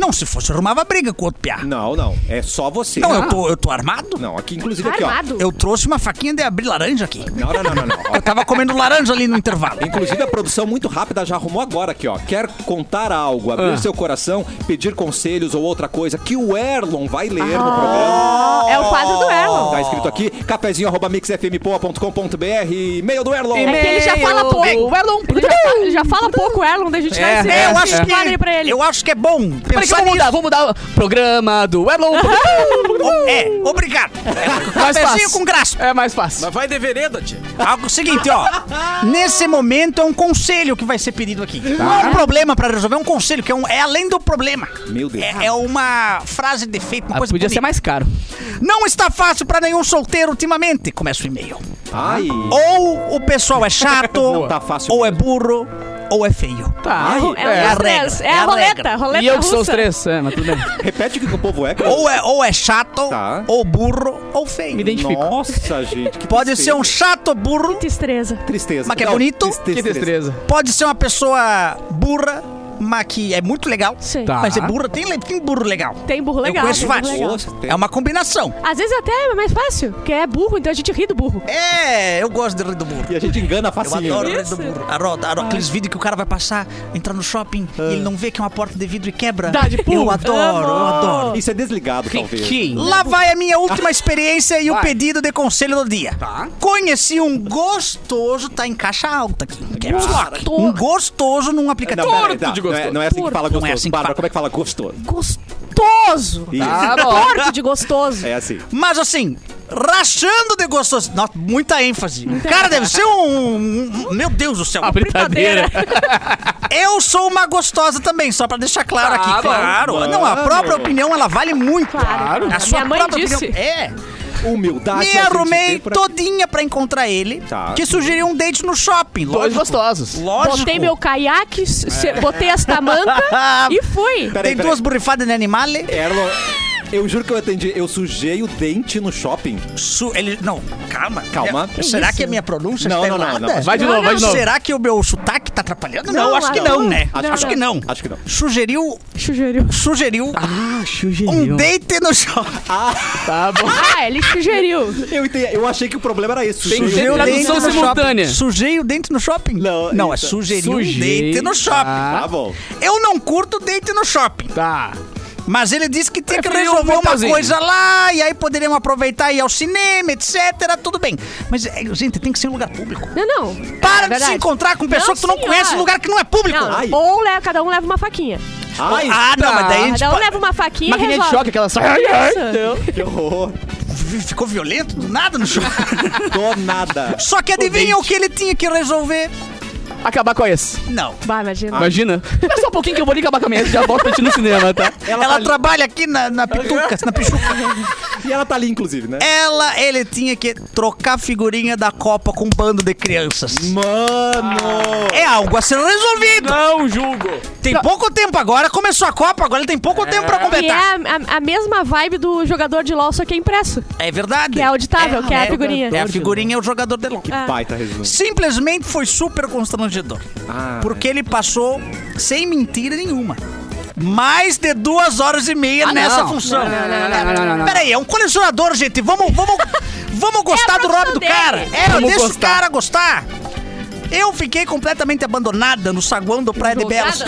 S2: Não, se fosse, eu arrumava briga com o outro piá.
S1: Não, não. É só você.
S2: Não, eu tô, eu tô armado?
S1: Não, aqui inclusive
S4: Tá
S1: aqui, ó.
S4: armado.
S2: Eu trouxe uma faquinha de abrir laranja aqui.
S1: Não, não, não, não. não.
S2: Eu tava comendo laranja ali no intervalo.
S1: Inclusive, a produção muito rápida já arrumou agora aqui, ó. Quer contar algo, abrir seu coração, pedir conselhos ou outra coisa que o Erlon vai ler no programa.
S4: Ah, é o quadro do Erlon.
S1: Tá escrito aqui, cafezinho.mixfmpoa.com.br, e-mail do Erlon.
S4: É que ele já fala
S5: E-mail
S4: pouco.
S5: do Erlon.
S4: Ele já, fa- ele já fala pouco, Erlon, daí a gente vai
S5: É,
S4: se
S5: é,
S2: eu
S5: esse
S2: acho
S4: quadro aí pra
S2: que.
S4: ele.
S2: Eu acho que é bom
S5: Peraí que eu
S2: pensar
S5: vou mudar, vou mudar. Programa do Erlon.
S2: nisso. É, obrigado.
S5: Mais
S2: Cafezinho
S5: fácil.
S2: com graça.
S5: É mais fácil.
S3: Mas vai de vereda, tia.
S2: Algo seguinte, ó. Nesse momento é um conselho que vai ser pedido aqui. Não é um problema pra resolver, é um conselho, que é, um- é além do problema.
S1: Meu Deus.
S2: É, é uma frase de efeito, uma
S5: Ah,
S2: coisa
S5: podia ser
S2: bonita.
S5: mais caro.
S2: Não está fácil pra nenhum solteiro ultimamente, começa o e-mail.
S1: Ai.
S2: Ou o pessoal é chato,
S1: Tá fácil
S2: ou é burro, ou é feio.
S5: Tá.
S1: Ai,
S4: É,
S5: é.
S4: um das
S2: a regra,
S4: três. É,
S2: é
S4: a
S2: a
S4: roleta,
S2: regra.
S4: roleta
S5: E eu que sou os
S4: russa.
S5: três. É, mas tudo bem.
S1: Repete o que o povo é, cara.
S2: Ou é, ou é chato,
S1: Tá.
S2: ou burro, ou feio.
S5: Me identifico.
S1: Nossa, gente. que
S2: Pode ser
S1: tristeza.
S2: um chato burro,
S4: Destreza.
S1: Tristeza.
S2: Mas que é
S1: Não,
S2: bonito.
S5: Que destreza.
S2: pode ser uma pessoa burra, mas que é muito legal.
S4: Sim.
S7: Tá.
S2: Mas é burro, tem, le- tem burro legal.
S4: Tem burro legal.
S2: Eu conheço
S4: tem burro
S2: vários.
S4: legal.
S1: Nossa, tem-
S2: É uma combinação.
S4: Às vezes até é mais fácil, porque é burro, então a gente ri do burro.
S2: É, eu gosto de rir do burro.
S1: E a gente engana
S2: Eu
S1: facinho.
S2: adoro
S1: né?
S2: rir do burro. Adoro, adoro aqueles vídeos que o cara vai passar, entrar no shopping e ele não vê que é uma porta de vidro e quebra.
S4: Dá de
S2: eu
S4: pulo.
S2: adoro, eu
S4: Amo.
S2: adoro.
S1: Isso é desligado, talvez.
S2: Lá vai a minha última experiência e o pedido de conselho do dia. Conheci um gostoso, tá em caixa alta aqui. Que é
S4: Gostoso.
S2: um gostoso num
S1: Não,
S2: aplicativo.
S1: peraí, tá, não, é, não é assim que
S4: Torto.
S1: fala gostoso.
S2: Não é assim que
S1: Bárbara,
S2: fala.
S1: como é que fala gostoso?
S4: Gostoso.
S1: Isso.
S5: Tá bom.
S4: Torto de
S2: Ah.
S4: gostoso.
S1: É assim.
S2: Mas assim, rachando de gostoso. Nossa, muita ênfase. Cara, deve ser um. um- Meu Deus do céu.
S7: A britadeira.
S2: Eu sou uma gostosa também, só pra deixar claro aqui. Claro. Não, a
S1: Claro.
S2: própria opinião, ela vale muito.
S4: Claro.
S2: A sua
S4: Minha mãe
S2: própria
S4: disse.
S2: opinião. É.
S1: Humildade.
S2: Me
S1: Ah, a gente
S2: arrumei
S1: tem por aqui.
S2: todinha pra encontrar ele,
S1: Tá.
S2: que sugeriu um date no shopping.
S5: Dois
S2: Lógico.
S5: gostosos.
S2: Lógico.
S4: Botei meu caiaque, se- botei esta manta e
S1: Peraí,
S4: fui.
S2: Tem
S1: peraí.
S2: duas borrifadas de animale.
S1: Erlon, eu juro que eu entendi. Eu sujei o dente no shopping.
S2: Su- ele, não, calma.
S1: Calma.
S2: É- será
S4: Isso.
S2: que a minha pronúncia
S1: Não,
S2: está
S1: não, não,
S2: errada?
S1: não.
S7: Vai de
S4: Não,
S7: novo, vai de
S4: não,
S7: novo.
S2: Será que o meu sotaque tá atrapalhando?
S4: Não,
S2: acho que
S4: acho
S2: não,
S4: não.
S2: né?
S4: Não,
S2: acho que não.
S1: Acho que não.
S2: Sugeriu,
S4: Sugeriu.
S2: sugeriu
S5: Ah,
S2: um
S5: sugeriu.
S2: date no shopping.
S5: Tá bom.
S4: Ah, ele sugeriu.
S1: Eu, entendi, eu achei que o problema era esse.
S5: Tem que
S1: Sujei
S5: ter
S1: o dente.
S5: tradução
S2: no
S5: simultânea.
S2: shopping. Sujei o dente no shopping?
S1: Não,
S2: não é
S1: isso.
S2: sugeriu um
S5: Sujei.
S2: date no shopping.
S5: Ah.
S1: Tá bom.
S2: Eu não curto date no shopping,
S5: Tá.
S2: mas ele disse que tem que
S5: Preferiu um
S2: resolver uma
S5: motelzinho.
S2: coisa lá e aí poderíamos aproveitar e ir ao cinema, etc. Tudo bem. Mas, é, gente, tem que ser um lugar público.
S4: Não, não.
S2: Para
S4: É
S2: de se
S4: verdade.
S2: encontrar com pessoa
S4: Não,
S2: que tu não
S4: senhora.
S2: conhece num lugar que não é público.
S4: Não,
S1: Ai.
S4: ou leva, cada um leva uma faquinha.
S1: Ai,
S2: Ah, não, mas daí a gente
S4: Cada um
S2: pode-
S4: leva uma faquinha e
S5: Maquininha de
S4: resolve.
S5: choque, aquela só. Ai, ai,
S4: Isso.
S5: deu.
S1: que horror.
S2: ficou violento do nada no show.
S1: Do nada.
S2: Só que adivinha o que ele tinha que resolver?
S5: Acabar com esse.
S2: Não.
S4: Vai, imagina.
S5: Imagina. É só um pouquinho que eu vou ali acabar com a minha. Já volto pra ti no cinema, tá?
S2: Ela, trabalha aqui na, na pituca, na pichuca.
S1: E ela tá ali, inclusive, né?
S2: É. Ela, ele tinha que trocar figurinha da Copa com um bando de crianças.
S1: Mano!
S2: É algo a ser resolvido.
S5: Não julgo.
S2: Tem pouco tempo agora, começou a Copa, agora ele tem pouco tempo pra
S4: Que é
S2: completar.
S4: a, a- a mesma vibe do jogador de LOL, só que é impresso.
S2: É verdade.
S4: Que é auditável, que é a figurinha.
S2: É a figurinha, é o jogador de LOL.
S4: Ah.
S1: Baita resumo.
S2: Simplesmente foi super constrangedor.
S1: Ah,
S2: Porque ele passou, sem mentira nenhuma, mais de duas horas e meia
S5: Ah,
S2: nessa
S5: não.
S2: função.
S5: Não, não, não, não, não, É não, não.
S2: Peraí, é um colecionador, gente. Vamos, vamos, vamos gostar do
S4: profissão
S2: hobby do
S4: dele.
S2: cara. É,
S5: Vamos
S2: deixa o
S5: gostar.
S2: cara gostar. Eu fiquei completamente abandonada no saguão do Praia de Belas.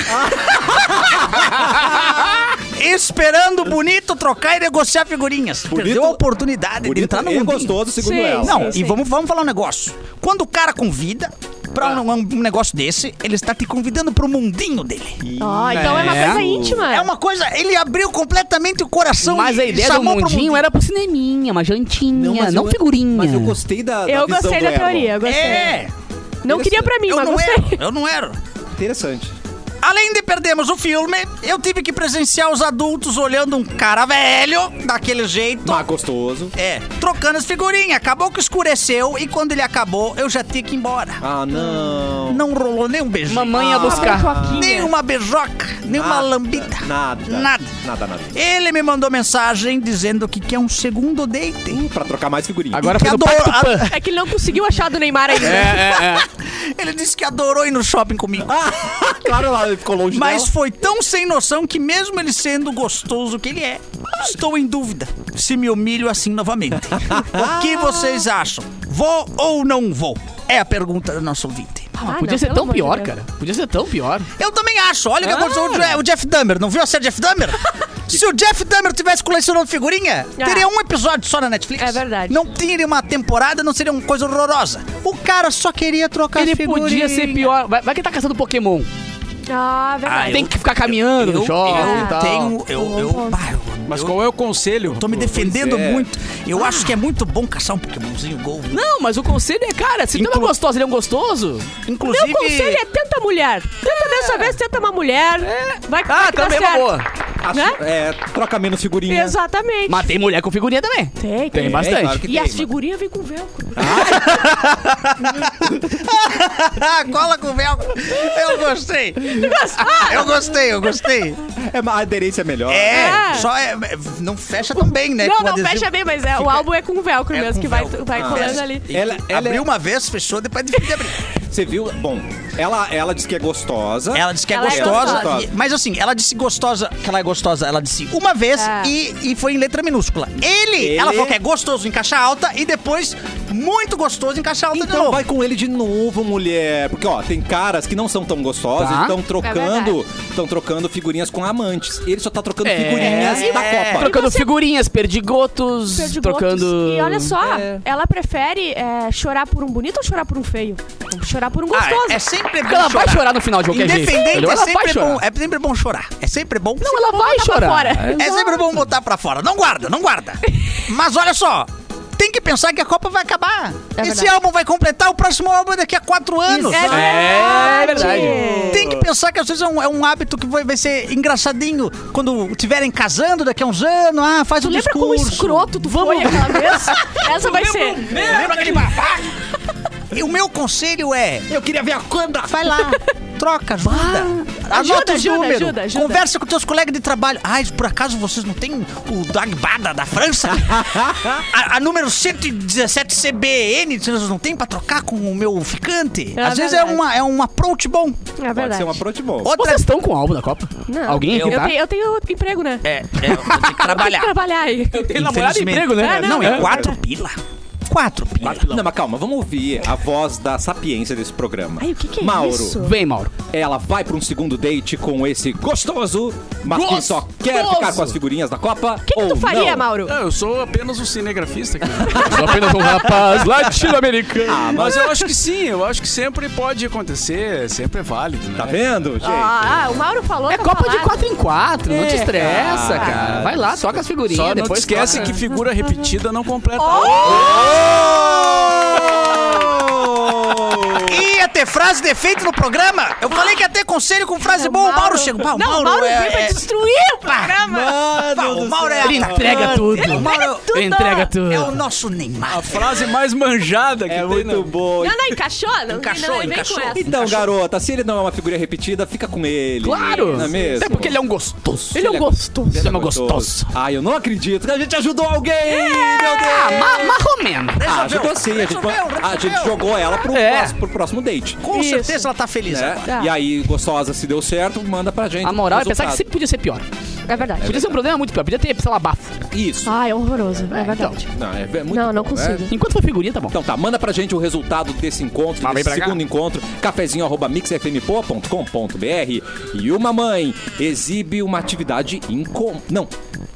S2: Esperando o bonito trocar e negociar figurinhas. Perdeu a oportunidade de
S1: bonito
S2: entrar no
S1: e
S2: mundo.
S1: gostoso, segundo
S4: Sim,
S1: ela.
S2: Não,
S4: sim.
S2: e vamos, vamos falar um negócio. Quando o cara convida pra um, um negócio desse, ele está te convidando pro mundinho dele.
S4: Ó, então é uma
S5: É.
S4: coisa íntima.
S2: É uma coisa, ele abriu completamente o coração
S5: Mas
S2: e
S5: a ideia do
S2: chamou pro
S5: mundinho era pro cineminha, uma jantinha,
S1: mas
S5: não
S1: eu-
S5: figurinha.
S1: Mas eu gostei da, da
S4: Eu
S1: visão
S4: gostei
S1: do
S4: da
S1: Erlon.
S4: teoria, eu gostei.
S2: É,
S4: Não queria pra mim,
S2: eu
S4: mas
S2: não
S4: gostei.
S2: era, eu não era.
S1: Interessante.
S2: Além de perdermos o filme, eu tive que presenciar os adultos olhando um cara velho, daquele jeito.
S1: Mas gostoso.
S2: É, trocando as figurinhas.
S4: É
S2: Acabou que escureceu e quando ele acabou, eu já tinha que ir embora.
S1: Ah, não.
S2: Não rolou nem um beijinho.
S5: Mamãe
S4: Ah,
S5: ia buscar.
S4: Choquinha.
S2: Nenhuma beijoca, nenhuma
S1: Nada,
S2: é lambida.
S1: Nada.
S2: Nada.
S1: Nada, nada.
S2: Ele me mandou mensagem dizendo que quer um segundo date.
S1: Hum, Pra trocar mais figurinha.
S7: Agora
S2: que
S7: foi no
S2: adoro-
S7: Pacto Pan.
S4: É que ele não conseguiu achar do Neymar ainda.
S2: Ele disse que adorou ir no shopping comigo.
S1: Ah, claro, ela ficou longe
S2: Mas foi tão sem noção que mesmo ele sendo gostoso que ele é, estou em dúvida se me humilho assim novamente. o que vocês acham? Vou ou não vou? É a pergunta do nosso ouvinte.
S4: Ah,
S5: Podia
S4: não,
S5: ser
S4: pelo
S5: tão
S4: amor de
S5: pior,
S4: Deus.
S5: cara. Podia ser tão pior.
S2: Eu também acho. Olha o que aconteceu
S5: Ah.
S2: com o Je- o Jeff Dahmer. Não viu a série Jeff Dahmer? Se o Jeff Dahmer tivesse colecionando figurinha,
S4: Ah.
S2: teria um episódio só na Netflix.
S4: É verdade.
S2: Não teria uma temporada, não seria uma coisa horrorosa. O cara só queria trocar
S5: Ele
S2: figurinha.
S5: podia ser pior. Vai, vai que tá caçando Pokémon.
S4: Ah, verdade.
S5: Tem que ficar caminhando
S2: Eu,
S5: no shopping
S2: eu
S5: e tal.
S2: tenho... Eu, eu, bah, eu-
S3: Mas
S2: eu
S3: qual é o conselho?
S2: tô me defendendo
S1: Pois é.
S2: muito. Eu acho que é muito bom caçar um pokémonzinho gol.
S5: Ah. Não, mas o conselho é, cara, se tu é
S2: Inclu-
S5: uma gostosa, ele é um gostoso.
S2: Inclusive...
S4: Meu conselho é tenta mulher. Tenta dessa vez, tenta uma mulher. Vai que
S5: Ah,
S4: vai que dá
S5: também é uma
S4: certo.
S5: boa.
S1: Acho-
S4: né?
S1: É, troca menos figurinha. É,
S4: Exatamente.
S5: Mas tem mulher com figurinha também.
S4: Tem,
S5: Tem
S4: tem.
S5: bastante.
S1: claro que
S4: E as
S1: tem, mano.
S4: figurinhas vêm com velcro.
S5: é-
S2: Ah, cola com velcro. Eu gostei.
S5: Ah.
S2: Eu gostei, eu gostei.
S1: É, mas a aderência é melhor.
S2: É,
S4: É.
S2: só é, não fecha tão bem, né?
S4: não,
S2: com
S4: não,
S2: adesivo.
S4: fecha bem, mas é, o álbum é com velcro
S2: É
S4: mesmo,
S2: com
S4: que vai,
S2: velcro.
S4: vai
S2: Ah.
S4: colando
S2: Fecha.
S4: ali.
S1: Ela, ela
S2: Abriu
S1: é-
S2: uma vez, fechou, depois de abrir.
S1: Você viu? Bom, Ela, ela diz que é gostosa.
S2: Ela disse que é
S4: Ela é
S2: gostosa.
S1: gostosa.
S2: e- mas assim, ela disse gostosa, que ela é gostosa, ela disse uma vez
S4: Ah.
S2: e, e foi em letra minúscula. Ele,
S1: Ele-
S2: ela falou que é gostoso em caixa alta e depois muito gostoso em caixa alta de
S1: Então
S2: novo.
S1: vai com ele de novo, mulher. Porque, ó, tem caras que não são tão gostosos
S5: Tá.
S1: e estão
S4: É
S1: trocando, estão trocando figurinhas com amantes. Ele só tá trocando figurinhas
S5: É.
S1: da Copa.
S5: Trocando
S4: E você-
S5: figurinhas, perdigotos,
S4: Perdigotos.
S5: trocando...
S4: E olha só,
S5: É.
S4: ela prefere é, chorar por um bonito ou chorar por um feio? Chorar por um
S2: Ah,
S4: gostoso.
S2: é, é sempre bom
S5: Porque ela vai
S2: chorar.
S5: chorar no final de qualquer jeito.
S2: Independente,
S5: entendeu?
S2: é,
S5: Ela vai
S2: sempre
S5: chorar.
S2: bom, é sempre bom chorar. É sempre bom.
S5: Não, ela vai
S4: botar pra
S5: chorar.
S4: fora.
S5: É.
S2: É sempre bom botar pra fora. Não guarda, não guarda. Mas olha só. Tem que pensar que a Copa vai acabar.
S4: É
S2: Esse
S4: verdade.
S2: álbum vai completar o próximo álbum é daqui a quatro anos.
S5: É verdade.
S2: Tem que pensar que às vezes é um, é um hábito que vai, vai ser engraçadinho quando estiverem casando daqui a uns anos. Ah, faz
S4: Tu
S2: um
S4: lembra
S2: discurso.
S4: como escroto tu foi aquela vez? Essa vai ser. É
S2: Lembra aquele babaca? E o meu conselho é... Eu queria ver a Wanda. Vai lá. Troca, ajuda. Anota
S4: Ajuda,
S2: os
S4: ajuda,
S2: números.
S4: ajuda, ajuda.
S2: Conversa com teus colegas de trabalho. Ai, por acaso vocês não têm o Dagbada da França? a, a número 117 CBN, vocês não têm pra trocar com o meu ficante?
S4: É
S2: Às vezes é,
S4: verdade.
S2: uma, é um approach bom.
S4: É
S1: Pode
S4: verdade.
S1: ser uma prote boa.
S2: Outra
S5: Vocês estão com o álbum da Copa?
S4: Não.
S5: Alguém
S4: eu,
S5: aqui tá?
S4: tenho, eu tenho emprego, né?
S2: É, é, eu tenho que trabalhar.
S4: Tem que trabalhar aí.
S5: Tem namorado e
S2: Infelizmente.
S5: emprego, né?
S4: É,
S2: Não,
S4: não,
S2: é quatro pila. Quatro pila.
S1: Não, mas calma, vamos ouvir a voz da sapiência desse programa.
S4: Ai, o que que é
S1: Mauro,
S4: isso?
S5: Vem, Mauro.
S1: ela vai pra um segundo date com esse gostoso, mas que só quer
S5: Gostoso!
S1: ficar com as figurinhas da Copa.
S4: O que, que tu faria, Mauro?
S3: Ah, eu sou apenas um cinegrafista aqui. Ah,
S5: Sou apenas um rapaz latino-americano.
S3: Mas eu acho que sim, eu acho que sempre pode acontecer, sempre é válido, né?
S1: Tá vendo, gente?
S4: Ah, o Mauro falou.
S5: É
S4: tá
S5: Copa de
S4: falado.
S5: 4 em 4, não te estressa,
S1: cara.
S5: É, cara. Vai lá, troca as figurinhas,
S3: Só não te
S5: depois
S3: esquece
S5: troca.
S3: que figura repetida não completa.
S2: Ia ter frase defeito no programa? Eu falei que ia ter conselho com frase
S4: Não,
S2: boa. O Mauro
S4: É, Mauro-
S2: chegou. Ah, o
S4: Não, o
S2: Mauro,
S4: Mauro
S2: é,
S4: veio pra
S2: é-
S4: destruir o programa.
S2: Pá, o Mauro é
S5: Ele entrega tudo.
S2: O Mauro
S4: tudo.
S5: Entrega tudo.
S2: é
S4: um
S2: o nosso Neymar.
S3: A frase mais manjada que
S1: É
S3: tem,
S1: muito
S3: né?
S1: bom.
S4: Não, não, encaixou? Não,
S2: Encaixou,
S4: não, não, vem
S2: encaixou.
S4: com essa.
S1: Então, garota, se ele não é uma figurinha repetida, fica com ele.
S5: Claro!
S1: Não é mesmo?
S5: É porque ele é um gostoso. Ele é um
S1: Ele é
S5: gostoso. Ele é um
S1: gostoso.
S5: gostoso.
S1: Ah, eu não acredito que a gente ajudou alguém, meu
S5: Ah,
S1: Deus!
S5: ma marromeno.
S1: Ah,
S2: Resolveu.
S1: ajudou sim. A gente,
S2: Resolveu,
S1: a gente
S2: resolveu.
S1: jogou ela pro,
S5: É.
S1: próximo, pro próximo date.
S2: Com
S4: Isso.
S2: certeza ela tá feliz.
S1: né?
S2: agora.
S4: Tá.
S1: E aí, gostosa, se deu certo, manda pra gente.
S5: A moral é pensar que
S1: resultado.
S5: sempre podia ser pior.
S4: É verdade.
S5: Podia ser um problema muito pior. Podia ter, sei lá, bafo.
S1: Isso.
S4: Ah, é horroroso. É,
S5: então.
S4: verdade.
S1: Não, é, é muito
S4: Não, não
S1: bom, né?
S4: consigo.
S5: Enquanto for figurinha, tá bom.
S1: Então tá, manda pra gente o resultado desse encontro,
S5: Ah, vem
S1: desse
S5: pra cá.
S1: segundo encontro, cafezinho arroba mixfmpoa.com.br e uma mãe exibe uma atividade incomum. Não,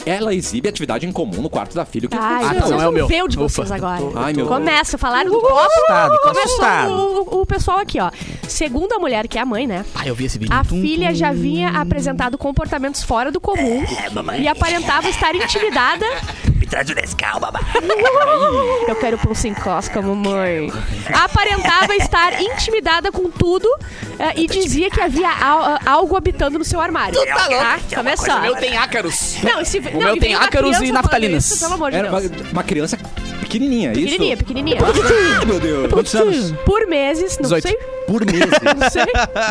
S1: ela exibe atividade incomum no quarto da filha. O que
S4: Ai,
S1: aconteceu?
S5: Ah,
S4: vocês
S5: não, é o
S4: vão
S5: meu.
S4: ver o de
S5: Ufa.
S4: vocês agora.
S1: Ai, meu Deus.
S4: Começa, falaram do copo.
S2: assustado, tô
S4: Começou
S2: assustado.
S4: o, o- o pessoal aqui, ó. Segundo a mulher, que é a mãe, né?
S5: Ah, eu vi esse vídeo.
S4: A filha já vinha apresentado comportamentos fora do comum e aparentava estar intimidada.
S2: É, Me traz o Nescau, babá.
S4: Eu quero pão sem cosca, mamãe. Aparentava estar intimidada com tudo eh, e dizia que havia al- eh, algo habitando no seu armário.
S5: Tu tá
S4: Tá?
S5: louco.
S4: Começa.
S5: O meu tem ácaros.
S4: Não, e se,
S5: O meu tem ácaros e naftalinas.
S4: Isso, pelo amor de
S1: Era uma,
S4: Deus.
S1: uma criança pequenininha, isso?
S4: Pequenininha, pequenininha.
S1: Ah, meu Deus. Quantos anos?
S4: Por meses, não
S5: 18.
S4: sei,
S1: Por meses.
S4: não sei.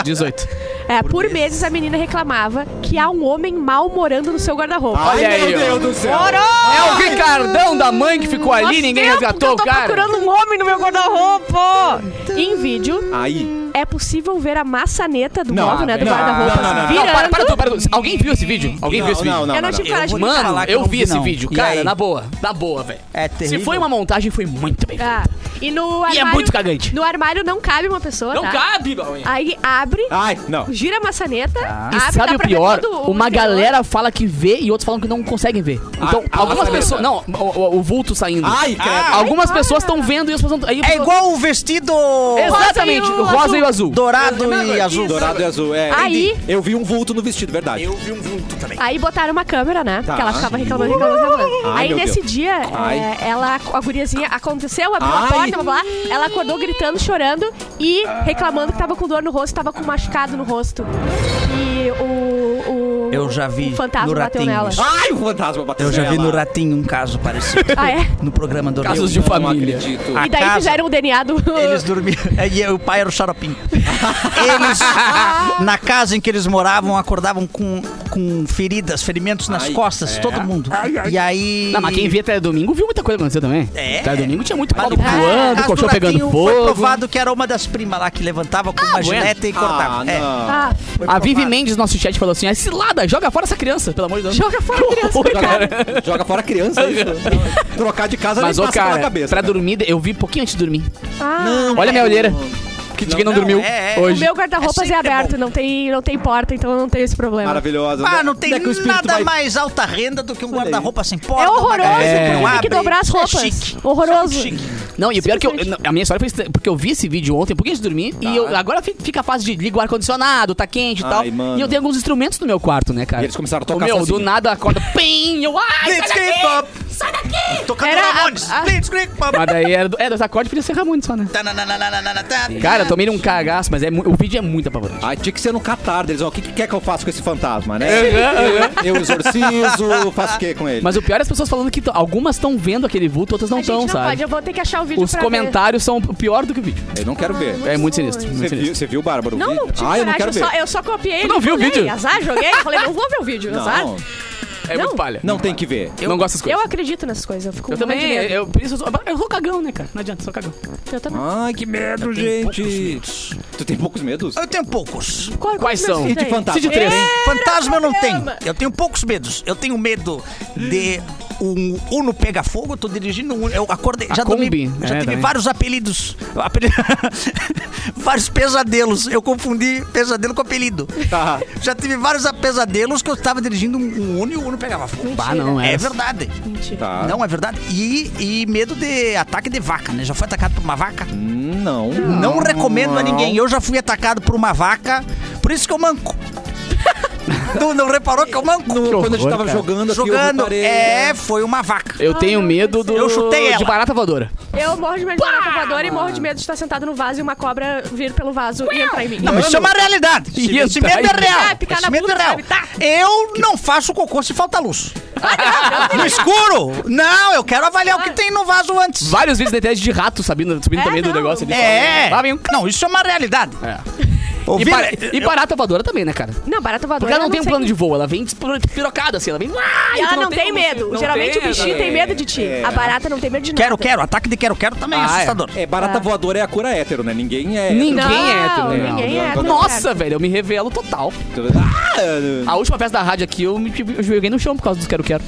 S5: 18.
S4: É, por, meses a menina reclamava que há um homem mal morando no seu guarda-roupa.
S5: Olha
S1: Ai,
S5: aí,
S1: meu
S5: ó.
S1: Deus do céu.
S5: É o Ricardão da mãe que ficou ali,
S4: Faz
S5: ninguém
S4: tempo que
S5: resgatou
S4: eu
S5: o
S4: tô
S5: cara.
S4: procurando um homem no meu guarda-roupa. Em vídeo,
S1: Aí.
S4: é possível ver a maçaneta do
S1: Não,
S4: móvel, né? Do
S1: não,
S4: guarda-roupa
S1: não, não, não.
S4: virando.
S5: Ah, Não, para, para, tudo, para. tudo. Alguém viu esse vídeo? Alguém
S1: não,
S5: viu esse vídeo?
S1: Não, não,
S4: Eu não
S1: não.
S4: tive coragem de
S5: Mano,
S2: falar que
S5: eu
S2: não
S5: vi
S2: vi,
S5: esse
S2: não.
S5: vídeo,
S2: E
S5: cara,
S2: aí?
S5: na boa, na boa, velho.
S2: É
S5: Se
S2: terrível.
S5: foi uma montagem, foi muito bem.
S4: Ah, e no armário,
S5: é muito cagante.
S4: No armário não cabe uma pessoa,
S5: Não
S4: tá?
S5: cabe, Bauinha.
S4: Aí abre,
S1: Ai, não.
S4: gira a maçaneta,
S5: E
S4: abre,
S5: sabe
S4: dá
S5: o
S4: pra ver
S5: pior?
S4: todo o
S5: Uma
S4: interior.
S5: galera fala que vê e outros falam que não conseguem ver. Então,
S1: Ah,
S5: algumas
S1: ah,
S5: pessoas. Não, o, o- o vulto saindo. Ah,
S1: Ai, credo.
S5: algumas
S4: para.
S5: pessoas estão vendo e as pessoas. não- Aí,
S2: É igual o vestido
S5: Exatamente,
S4: Rosa e o
S5: rosa e o azul.
S2: dourado e azul.
S1: Dourado e azul, é.
S4: Aí-
S1: entendi. Eu vi um vulto no vestido, verdade.
S2: vi um vulto também.
S4: Aí botaram uma câmera, né?
S2: Tá.
S4: Porque ela ficava reclamando, reclamando, reclamando.
S1: Ai,
S4: aí
S1: meu
S4: nesse
S1: Deus.
S4: dia,
S1: Ai.
S4: é, ela, a guriazinha aconteceu, abriu
S1: Ai.
S4: a porta, blá, blá, blá. Ela acordou gritando, chorando e reclamando que tava com dor no rosto, tava com um machucado no rosto. E o. o
S2: Eu já vi
S4: O fantasma
S2: no
S4: bateu
S2: Ratinhos.
S4: nela.
S1: Ai, o fantasma bateu
S2: Eu já vi
S1: nela.
S2: no Ratinho um caso parecido.
S4: Ah, é?
S2: No programa do
S5: Casos de
S1: Eu não
S5: família.
S1: acredito.
S2: Ah,
S4: E daí
S2: casa.
S4: fizeram um o DNA do.
S2: Eles dormiam. E eu- o pai era o xaropinho. Eles, na casa em que eles moravam, acordavam com, com feridas, ferimentos nas costas, todo mundo. E aí.
S5: é. Não, mas quem via até domingo viu muita coisa acontecer também.
S2: É.
S5: Até domingo tinha muito pau
S2: Ah,
S5: voando,
S2: as
S5: colchão pegando
S2: buraquinho
S5: fogo.
S2: Foi provado que era uma das primas lá que levantava com uma
S5: aguenta.
S2: gileta e cortava. É.
S4: Ah,
S2: Foi
S5: A Vivi
S2: provado.
S5: Mendes, nosso chat, falou assim: "Ah, cilada, joga fora essa criança, pelo amor de Deus.
S4: joga fora a criança,
S5: Horror,
S4: coitada.
S1: Joga fora a criança. é isso. Trocar de casa
S5: Mas,
S1: nem
S5: ô,
S1: passa pela
S5: cara,
S1: cabeça.
S5: pra
S1: cara. é.
S5: dormir, eu vi pouquinho antes de dormir.
S4: Ah,
S5: Olha a minha olheira. Que de quem não, dormiu
S2: é, é.
S4: O
S5: hoje.
S4: meu guarda-roupas é,
S2: sempre
S4: aberto,
S2: bom.
S4: não tem, não tem porta, então eu não tenho esse problema.
S1: Maravilhosa.
S2: Ah,
S1: né?
S2: não tem
S1: Onde é que o espírito
S2: nada
S1: vai-
S2: mais alta renda do que um guarda-roupa sem porta.
S4: É horroroso,
S2: uma gaveta
S4: porque tem
S2: não
S4: que
S2: abre.
S4: dobrar as
S2: Isso é
S4: roupas.
S2: chique.
S4: Horroroso.
S2: Isso é chique.
S5: Não, e o pior é que eu,
S4: Simplesmente.
S5: a minha história foi estranha, porque eu vi esse vídeo ontem, um pouquinho antes de dormir, e eu, agora fi- fica a fase de ligo o ar-condicionado, tá quente e
S1: Tá. Ai,
S5: tal.
S1: mano.
S5: E eu tenho alguns instrumentos no meu quarto, né, cara?
S1: E eles começaram a tocar
S5: O meu,
S1: sozinho.
S5: do nada acorda, pim, eu, ai, sai daqui!
S2: Tocando
S4: Era a-
S2: Ramones.
S4: a-
S2: Blitz, Blitz, Blitz.
S5: Mas daí era, do- é, dos acordes podia ser Ramones só, né?
S2: Tananananananana.
S5: Cara, eu tomei um cagaço, mas é, mu- o vídeo é muito apavorante.
S1: Aí tinha que ser no catar deles. ó, O que, que quer que eu faça com esse fantasma, né? Eu exorcizo, faço o que com ele?
S5: Mas o pior é as pessoas falando que t- algumas estão vendo aquele vulto, outras não
S4: A gente
S5: estão,
S4: não
S5: sabe?
S4: pode, eu vou ter que achar o vídeo
S5: Os
S4: pra ver.
S5: comentários são pior do que o vídeo.
S1: Eu não quero ver.
S5: É muito sinistro.
S1: Você
S5: Muito
S1: viu,
S5: sinistro.
S1: você viu, Bárbara? o
S4: Não,
S1: vídeo?
S4: não tive
S1: Ah, eu não
S4: coragem,
S1: quero ver.
S4: só, eu só copiei ele.
S5: não viu o
S4: pulei,
S5: vídeo?
S4: Azar, joguei, falei, não vou ver o vídeo, azar.
S1: Não,
S5: É
S4: Não.
S5: muito palha.
S1: não tem que ver.
S5: Eu não gosto dessas
S4: Eu
S5: coisas.
S4: acredito nessas coisas, eu fico
S5: Eu
S4: com muito
S5: também,
S4: medo.
S5: eu, por isso eu sou, eu sou cagão, né, cara? Não adianta, sou cagão.
S4: Eu também.
S1: Ai, que medo, gente. Tu tem poucos medos?
S2: Eu tenho poucos.
S4: Qual-
S5: Quais
S4: qual
S5: são?
S4: que
S1: E
S4: eu
S1: de
S4: sei?
S2: Tá,
S1: fantasma?
S5: Cid três.
S2: é. Fantasma eu não tenho.
S4: problema.
S2: Eu tenho poucos medos. Eu tenho medo de um Uno pega fogo, eu tô dirigindo um Uno. Eu acordei,
S5: A
S2: já dormi-
S5: Kombi,
S2: já
S5: é,
S2: tive
S5: também.
S2: vários apelidos. Apeli- vários pesadelos. Eu confundi pesadelo com apelido.
S1: Tá.
S2: Já tive vários pesadelos que eu tava dirindo um, um Uno e o Uno pegava fogo.
S5: Ah, não,
S2: É
S5: é.
S2: verdade.
S4: Mentira.
S1: Tá.
S2: Não, é verdade. E, e medo de ataque de vaca, né? Já foi atacado por uma vaca?
S1: Não.
S2: Não recomendo a ninguém. Eu já fui atacado por uma vaca, por isso que eu manco. não, não reparou que eu manco?
S1: Quando a gente tava jogando aqui, eu
S2: Jogando.
S1: reparei.
S2: É, foi uma vaca.
S5: Eu tenho
S4: não,
S5: medo do.
S2: Eu chutei ela.
S5: De barata voadora.
S4: Eu morro de medo de virar voadora e morro de medo de estar sentado no vaso e uma cobra vir pelo vaso e entrar em mim.
S2: Não, mas isso é uma realidade. Esse,
S5: E
S2: esse
S5: tá
S2: medo
S5: aí.
S2: é real.
S4: Ah, picar na
S2: Esse medo é
S4: bunda,
S2: real.
S4: sabe? Tá.
S2: Eu não faço cocô se falta luz. no escuro? Não, eu quero avaliar o que tem no vaso antes.
S5: Vários vídeos da internet de rato subindo, subindo
S4: É,
S5: também do
S4: não.
S5: negócio ali.
S2: É.
S5: Lá vem um-
S2: Não, isso é uma realidade.
S5: E,
S2: Ouvi- né?
S5: para- e barata voadora também, né, cara?
S4: Não, barata voadora.
S5: Porque ela não tem um
S4: sei
S5: plano
S4: que-
S5: de voo, ela vem despiro- despirocada assim, ela vem. Ah,
S4: E ela não, tem
S5: como-
S4: medo.
S5: não
S4: Geralmente
S5: tem, é.
S4: o bichinho tem medo de ti. A barata não tem medo de nada.
S2: Quero, quero. Ataque de quero, quero também é
S5: Ah, é.
S2: assustador.
S1: É, barata voadora é a cura hétero, né? Ninguém é.
S5: Ninguém
S4: Não,
S5: é hétero, né?
S4: ninguém é hétero,
S5: Nossa, velho, eu me revelo total.
S1: Ah,
S5: A última peça da rádio aqui, eu me eu joguei no chão por causa dos quero-quero.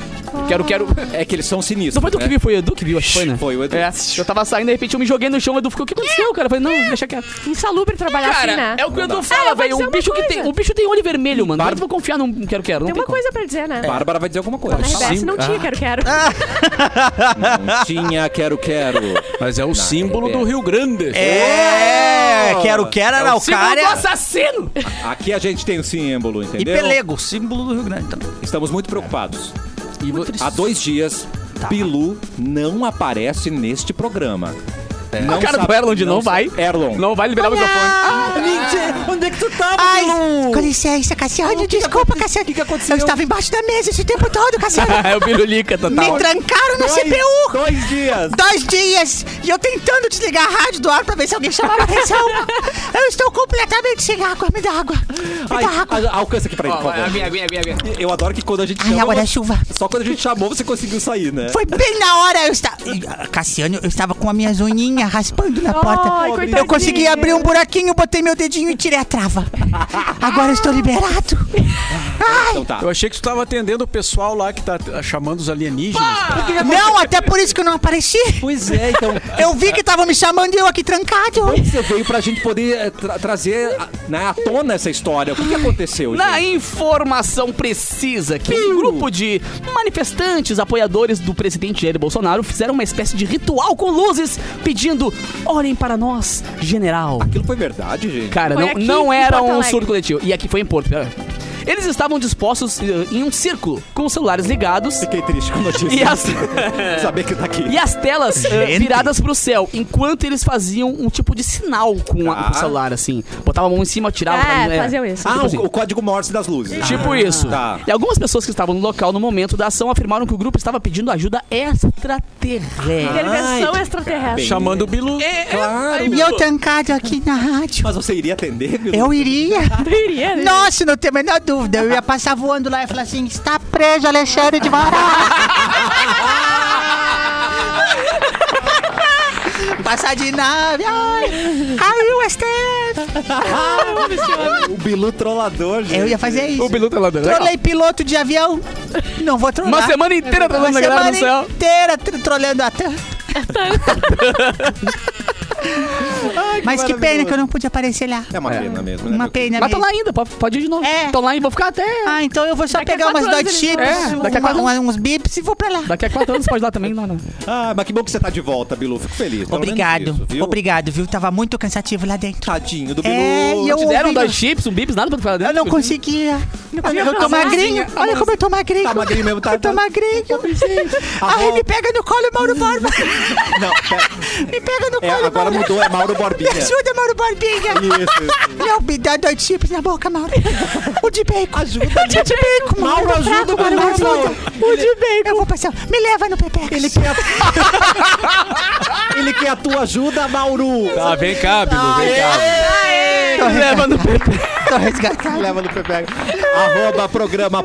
S5: Quero-quero.
S1: é que eles são sinistros.
S5: Não foi tu que
S1: né?
S5: viu, foi o Edu que viu, acho que foi, né?
S1: Foi o Edu.
S5: É, eu tava saindo, de repente eu me joguei no chão, o Edu ficou, o que aconteceu, cara? Eu falei,
S4: É.
S5: não, deixa quieto.
S4: Insalubre trabalhar assim, né?
S5: Cara, é o que o Edu
S4: Ah,
S5: fala,
S4: eu vou
S5: velho.
S4: dizer
S5: Um
S4: uma
S5: bicho que
S4: coisa.
S5: tem, um bicho tem olho vermelho, mano. Como é que eu vou confiar num quero-quero? Não
S4: Tem
S5: tem
S4: uma
S5: como.
S4: coisa pra dizer, né?
S1: Bárbara vai dizer alguma coisa.
S4: Na RBS não tinha, quero, quero.
S1: Não Um tinha, quero, quero.
S3: Mas é o símbolo
S1: é
S3: do
S1: verdade.
S3: Rio Grande.
S2: É, quero, quero,
S5: Símbolo do
S2: araucária.
S5: um assassino!
S1: Aqui a gente tem o símbolo,
S2: E
S1: entendeu?
S2: pelego, símbolo do Rio Grande também.
S1: Estamos muito preocupados.
S3: E vo-
S1: Há dois dias, Bilu não aparece neste programa. Não
S5: É. A cara
S1: sabe-
S5: do Erlon de
S1: não
S5: não
S1: sabe-
S5: vai.
S1: Erlon.
S5: Não vai liberar o microfone.
S1: Onde é que tu tava,
S8: Ai, com licença, Cassiano. desculpa, Cassiano.
S1: que que aconteceu?
S8: Eu estava embaixo da mesa esse tempo todo, Cassiano.
S5: É o Birulica total.
S8: Me trancaram na
S1: Dois,
S8: CPU.
S1: dois dias.
S8: Dois dias. E eu tentando desligar a rádio do ar pra ver se alguém chamava atenção. Eu estou completamente sem água. Me dá água. Me
S1: Ai,
S8: dá água.
S1: a- alcança aqui pra ele, por favor.
S5: Aguinha, aguinha, aguinha, aguinha.
S1: Eu adoro que quando a gente
S8: Ai,
S1: chama...
S8: água da chuva.
S1: Só quando a gente chamou, você conseguiu sair, né?
S8: Foi bem na hora. Eu estava... Cassiano, eu estava com a minha unhinha raspando na porta.
S4: Ai,
S8: Eu
S4: coitadinho.
S8: consegui abrir um buraquinho, botei meu dedinho e tirei a trava. Agora eu estou liberado.
S1: Então tá.
S3: Eu achei que tu tava atendendo o pessoal lá que tá ah, chamando os alienígenas.
S8: Não, até por isso que eu não apareci.
S1: Pois é, então...
S8: Eu vi que estavam me chamando e eu aqui trancado.
S1: Você veio pra gente poder eh, tra- trazer a- né, à tona essa história. O que, que aconteceu,
S5: Na
S1: gente?
S5: informação precisa que um grupo de manifestantes, apoiadores do presidente Jair Bolsonaro, fizeram uma espécie de ritual com luzes, pedindo: olhem para nós, general.
S1: Aquilo foi verdade, gente?
S5: Cara,
S4: Foi
S5: não,
S4: aqui
S5: não
S4: em
S5: era
S4: Porto
S5: um
S4: Alegre.
S5: surto coletivo. E aqui foi em Porto. pera. Eles estavam dispostos eh, em um círculo, com os celulares ligados
S1: Fiquei triste com a notícia.
S5: e as,
S1: Saber que tá aqui.
S5: e as telas eh, viradas pro céu, enquanto eles faziam um tipo de sinal com, a-
S1: Tá.
S4: Ah.
S5: com o celular, assim. Botavam a mão em cima, tiravam.
S4: É,
S5: é.
S4: faziam isso.
S1: Ah,
S5: Tipo assim.
S1: o, o código Morse das luzes.
S5: Tipo
S7: Ah,
S5: isso.
S1: Tá.
S5: E algumas pessoas que estavam no local no momento da ação afirmaram que o grupo estava pedindo ajuda extraterrestre.
S4: Intervenção
S1: bem.
S4: extraterrestre.
S3: Chamando o Bilu.
S1: Claro.
S8: E eu trancado aqui na rádio.
S1: Mas você iria atender, Bilu?
S8: Eu iria.
S4: Eu iria, né?
S8: Nossa, não tem a menor dúvida. Eu ia passar voando lá e falar assim: está preso, Alexandre de Moraes. Passar de nave, ai, caiu o STF.
S1: O Bilu
S2: É,
S1: trollador, gente.
S8: Eu ia fazer isso.
S3: O Bilu tá lá dentro.
S8: Trolei piloto de avião. Não vou trollar.
S5: Uma semana inteira
S8: Uma
S5: trazendo a galera no
S8: semana
S5: céu.
S8: inteira tro- trolhando a tan. Mas que pena que eu não pude aparecer lá.
S1: É uma pena mesmo, né?
S8: Uma
S1: meu
S8: pena
S5: Mas tô
S8: mesmo.
S5: lá ainda, pode, pode ir de novo.
S8: É.
S5: Tô lá ainda, vou ficar até.
S8: Ah, então eu vou só
S4: Daqui a
S8: pegar umas
S4: quatro
S8: dot
S4: anos eles
S8: chips,
S5: vão. É, daqui a
S8: uma-
S5: quatro
S8: uma- uns bips e vou pra lá.
S1: Tá
S5: Daqui a quatro anos pode ir lá também, não, não.
S4: Um
S1: Ah, mas que bom que você tá de volta, Bilu. Fico feliz. Pelo menos
S8: Obrigado.
S1: isso, viu?
S8: Obrigado, viu? Tava muito cansativo lá dentro.
S1: Tadinho do Bilu.
S8: É, e eu
S5: Te deram
S8: ouvi-
S5: dois chips, um bips, nada pra falar
S1: Tá
S5: dentro?
S8: Eu não conseguia. Olha, eu tô magrinho. Olha como eu tô magrinho.
S1: Tá magrinho mesmo, tá-
S8: Eu tô
S1: tá-
S8: magrinho. Ai, me pega no colo, Mauro Borba.
S1: Não,
S8: Me pega no
S1: é, é,
S8: colo,
S1: agora
S8: Mauro.
S1: mudou, é Mauro
S8: Me
S1: Borbinha.
S8: ajuda, Mauro Borbinha.
S1: Isso, isso.
S8: Não, me dá dois chips na boca, Mauro. O de bacon. Ajuda.
S4: então,
S8: O de bacon, Mauro. Mauro, ajuda, Mauro. ajuda. O de bacon. Eu vou passar. Me leva no Pepex.
S1: Ele quer, a... Ele quer a tua ajuda, Mauro.
S7: Tá, vem cá,
S4: Ah,
S7: Bilu,
S2: é,
S4: é.
S7: vem cá.
S8: leva no Pepex. Tô resgatado.
S1: Leva no Pepe. Arroba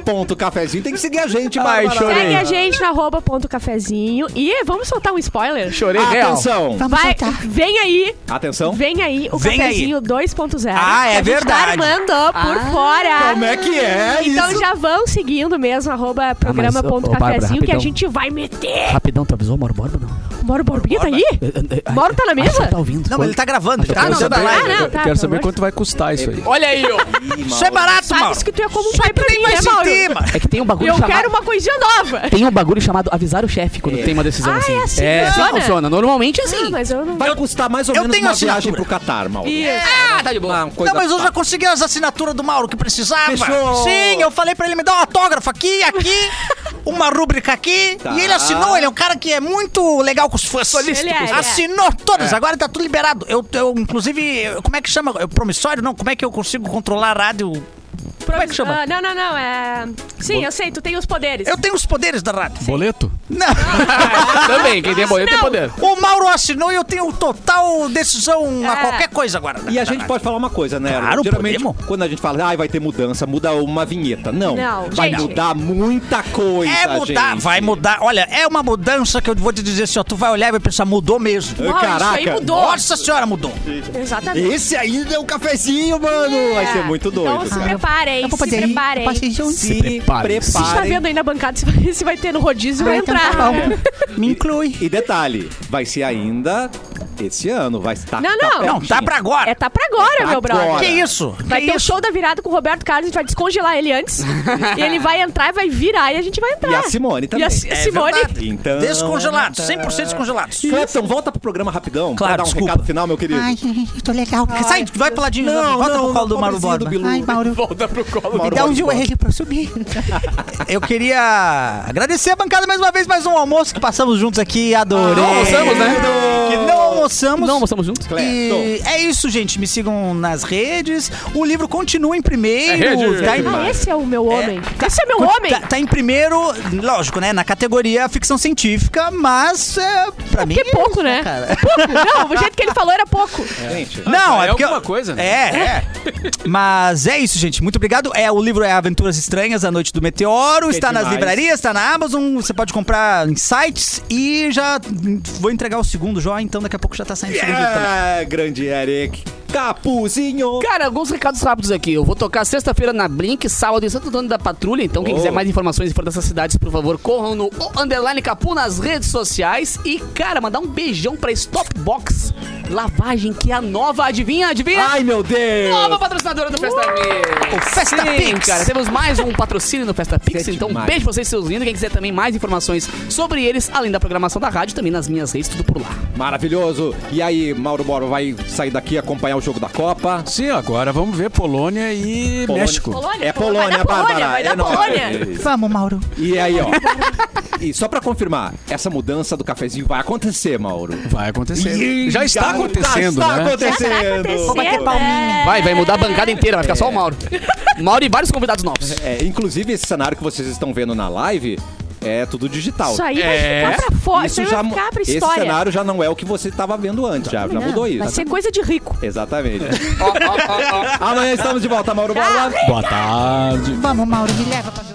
S1: programa.cafezinho. Tem que seguir a gente,
S2: é,
S1: Bárbara.
S4: Segue a gente na arroba ponto cafezinho. E vamos soltar um spoiler.
S5: Chorei real.
S1: Atenção.
S8: Vamos
S4: Vai,
S8: soltar.
S4: vem aí,
S1: Atenção.
S4: vem aí o
S2: Vem
S4: cafezinho 2.0.
S2: Ah, é
S4: que a gente
S2: verdade.
S4: Tá armando por
S5: Ah.
S4: fora.
S1: Como é que é
S4: Então
S1: isso?
S4: já vão seguindo mesmo, arroba
S5: Ah, ô, ô, Bárbara,
S4: programa.cafezinho, que a
S5: rapidão.
S4: gente vai meter.
S5: Rapidão, tu avisou o Mauro Borba, não?
S4: Moro Borbinha tá aí? Moro tá na
S5: Acho que
S4: mesa?
S5: tá ouvindo.
S2: Não, ele tá gravando. Tá,
S5: quero
S2: não,
S5: saber.
S2: tá lá.
S4: Ah, não,
S3: Eu
S4: tá,
S3: quero
S4: pelo
S3: saber
S4: amor de
S3: quanto vai custar isso aí.
S5: Olha aí, ó.
S2: Isso é barato, mano.
S4: Sabes que tu é como um pai pra mim, né,
S2: mais
S4: Mauro?
S2: sistema.
S5: É que tem um bagulho
S4: Eu
S5: chamado...
S4: quero uma coisinha nova.
S5: Tem um bagulho chamado avisar o chefe quando tem uma decisão
S4: Ah, é
S5: assim.
S4: assim
S5: é,
S4: que funciona?
S5: funciona. Normalmente é assim.
S4: Ah, mas eu não...
S1: Vai custar mais ou
S2: Eu
S1: menos
S2: tenho
S1: uma
S2: assinatura.
S1: viagem pro Catar, Mauro.
S5: Ah, tá de boa.
S1: Uma coisa
S2: Não, mas eu já consegui as assinaturas do Mauro que precisava.
S1: Fechou.
S2: Sim, eu falei pra ele me dar um autógrafo aqui, aqui, uma rúbrica aqui.
S1: Tá.
S2: E ele assinou, ele é um cara que é muito legal com os fãs.
S4: Solícito Ele é, com os fãs.
S2: Assinou
S1: É.
S2: todas, agora tá tudo liberado. Eu, eu inclusive, eu- como é que chama? Eu, promissório? Não, como é que eu consigo controlar a rádio? Como é que chama?
S4: Ah, não, não, não. É... Sim, eu sei, tu tem os poderes.
S2: Eu tenho os poderes da rádio.
S3: Boleto?
S4: Ah.
S2: Não,
S5: Também, quem tem boleto tem
S4: Não.
S5: poder.
S2: o Mauro assinou e eu tenho total decisão a
S4: É.
S2: qualquer coisa agora.
S1: E
S2: da
S1: a gente
S2: rádio.
S1: pode falar uma coisa, né? Erlon?
S2: Claro,
S1: Geralmente,
S2: podemos.
S1: quando a gente fala, ai, vai ter mudança, muda uma vinheta. Não.
S4: Não,
S1: vai
S4: gente.
S1: mudar muita coisa.
S2: É mudar,
S1: gente.
S2: vai mudar. Olha, é uma mudança que eu vou te dizer assim, ó, tu vai olhar e vai pensar, mudou mesmo.
S1: Ai,
S4: Uau,
S1: Caraca.
S4: isso aí mudou.
S2: Nossa senhora, mudou.
S4: Exatamente.
S1: Esse aí é o cafezinho, mano. Vai ser muito doido.
S4: É. Então se
S1: cara.
S4: preparem,
S8: Eu vou
S4: se
S8: poder ir. Eu
S4: preparem.
S8: posso ir junto.
S1: Se preparem.
S4: A gente tá vendo aí na bancada se vai, se vai ter no rodízio vai
S8: Então
S4: entrar.
S8: tá bom. Me inclui.
S1: E detalhe, vai ser ainda esse ano. Vai estar.
S4: Não, não.
S2: Não, tá pra agora.
S4: É, tá pra agora,
S1: Tá
S4: meu brother.
S1: agora.
S2: Que isso?
S4: Vai
S2: que
S4: ter o
S2: isso?
S4: show da virada com o Roberto Carlos, a gente vai descongelar ele antes. e ele vai entrar e vai virar e a gente vai entrar.
S1: E a Simone também.
S4: E a Si-
S1: É
S4: Simone.
S2: verdade.
S1: Então.
S2: Descongelados, 100% descongelados.
S1: Clepton, volta pro programa rapidão.
S2: Claro,
S1: pra dar um
S2: desculpa.
S1: recado final, meu querido.
S8: Ai, eu tô legal.
S2: Sai, vai pro ladinho,
S1: Não,
S2: volta
S1: não,
S2: pro colo do
S1: não,
S2: Mauro
S1: pobrezinho
S2: Borba.
S1: do Bilu.
S8: Ai, Mauro.
S5: Volta pro colo.
S1: Mauro
S8: Dá um
S1: Borba.
S8: joelho pra eu subir.
S2: Eu queria agradecer a bancada mais uma vez, mais um almoço que passamos juntos aqui, adorei.
S5: Não almoçamos, né?
S2: Que não almoçamos.
S5: Não, almoçamos juntos.
S2: E é isso, gente. Me sigam nas redes. O livro continua em primeiro.
S5: rede.
S2: tá em
S4: Ah, esse é o meu homem. Esse é meu
S2: Tá-
S4: homem.
S2: Tá, em primeiro, lógico, né? Na categoria ficção científica, mas é, pra mim.
S4: Que é pouco,
S2: isso,
S4: né?
S2: cara?
S4: Pouco. Não, o jeito que ele falou era pouco.
S1: Gente,
S2: Não,
S3: Ah,
S2: é,
S3: é
S2: porque.
S3: alguma coisa, né?
S2: É, é. Mas é isso, gente. Muito obrigado. É, o livro é Aventuras Estranhas, A Noite do Meteoro. está nas
S1: demais.
S2: livrarias, está na Amazon. Você pode comprar em sites. E já vou entregar o segundo já, então daqui a pouco já tá saindo o segundo livro também.
S1: é, grande Eric. Capuzinho.
S5: Cara, alguns recados rápidos aqui. Eu vou tocar sexta-feira na Blink, sábado em Santo Antônio da Patrulha. Então, quem
S1: Oh.
S5: quiser mais informações e for dessas cidades, por favor, corram no o Underline Capu nas redes sociais. E, cara, mandar um beijão pra Stop Box Lavagem, que é a nova, adivinha, adivinha?
S1: Ai, meu Deus.
S5: Nova patrocinadora do Festa Mix.
S2: O Festa
S5: Sim,
S2: Pix.
S5: cara. Temos mais um patrocínio no Festa Pix.
S1: Sete
S5: então, um
S1: mais.
S5: beijo pra vocês, seus lindos. Quem quiser também mais informações sobre eles, além da programação da rádio, também nas minhas redes, tudo por lá.
S1: Maravilhoso. E aí, Mauro Borba vai sair daqui e acompanhar o jogo da Copa.
S3: Sim, agora vamos ver Polônia e
S1: Polônia.
S3: México.
S4: Polônia,
S1: é Polônia,
S4: vai dar Polônia,
S1: Bárbara.
S4: vai dar
S1: é
S4: né?
S1: nóis.
S4: Polônia.
S8: Vamos, Mauro.
S1: E aí, ó. E só pra confirmar, essa mudança do cafezinho vai acontecer, Mauro.
S3: Vai acontecer.
S1: Ih,
S3: Já está
S1: cara,
S3: acontecendo,
S1: já está
S3: né?
S1: acontecendo.
S4: Já tá acontecendo.
S1: Como é que é?
S4: palminha.
S5: Vai, vai mudar a bancada inteira, vai ficar só o Mauro. Mauro e vários convidados novos.
S1: É, inclusive, esse cenário que vocês estão vendo na live é tudo digital.
S4: Isso aí vai
S7: É.
S4: ficar pra fora, isso,
S1: Isso
S4: aí
S1: já
S4: vai
S1: mu-
S4: ficar pra
S1: esse
S4: história.
S1: cenário já não é o que você estava vendo antes, já, já
S4: Não,
S1: mudou tá
S4: Vai
S1: isso.
S4: ser coisa de rico.
S1: Exatamente. Amanhã estamos de volta, Mauro Bola.
S3: Boa tarde.
S8: Vamos, Mauro, me leva pra...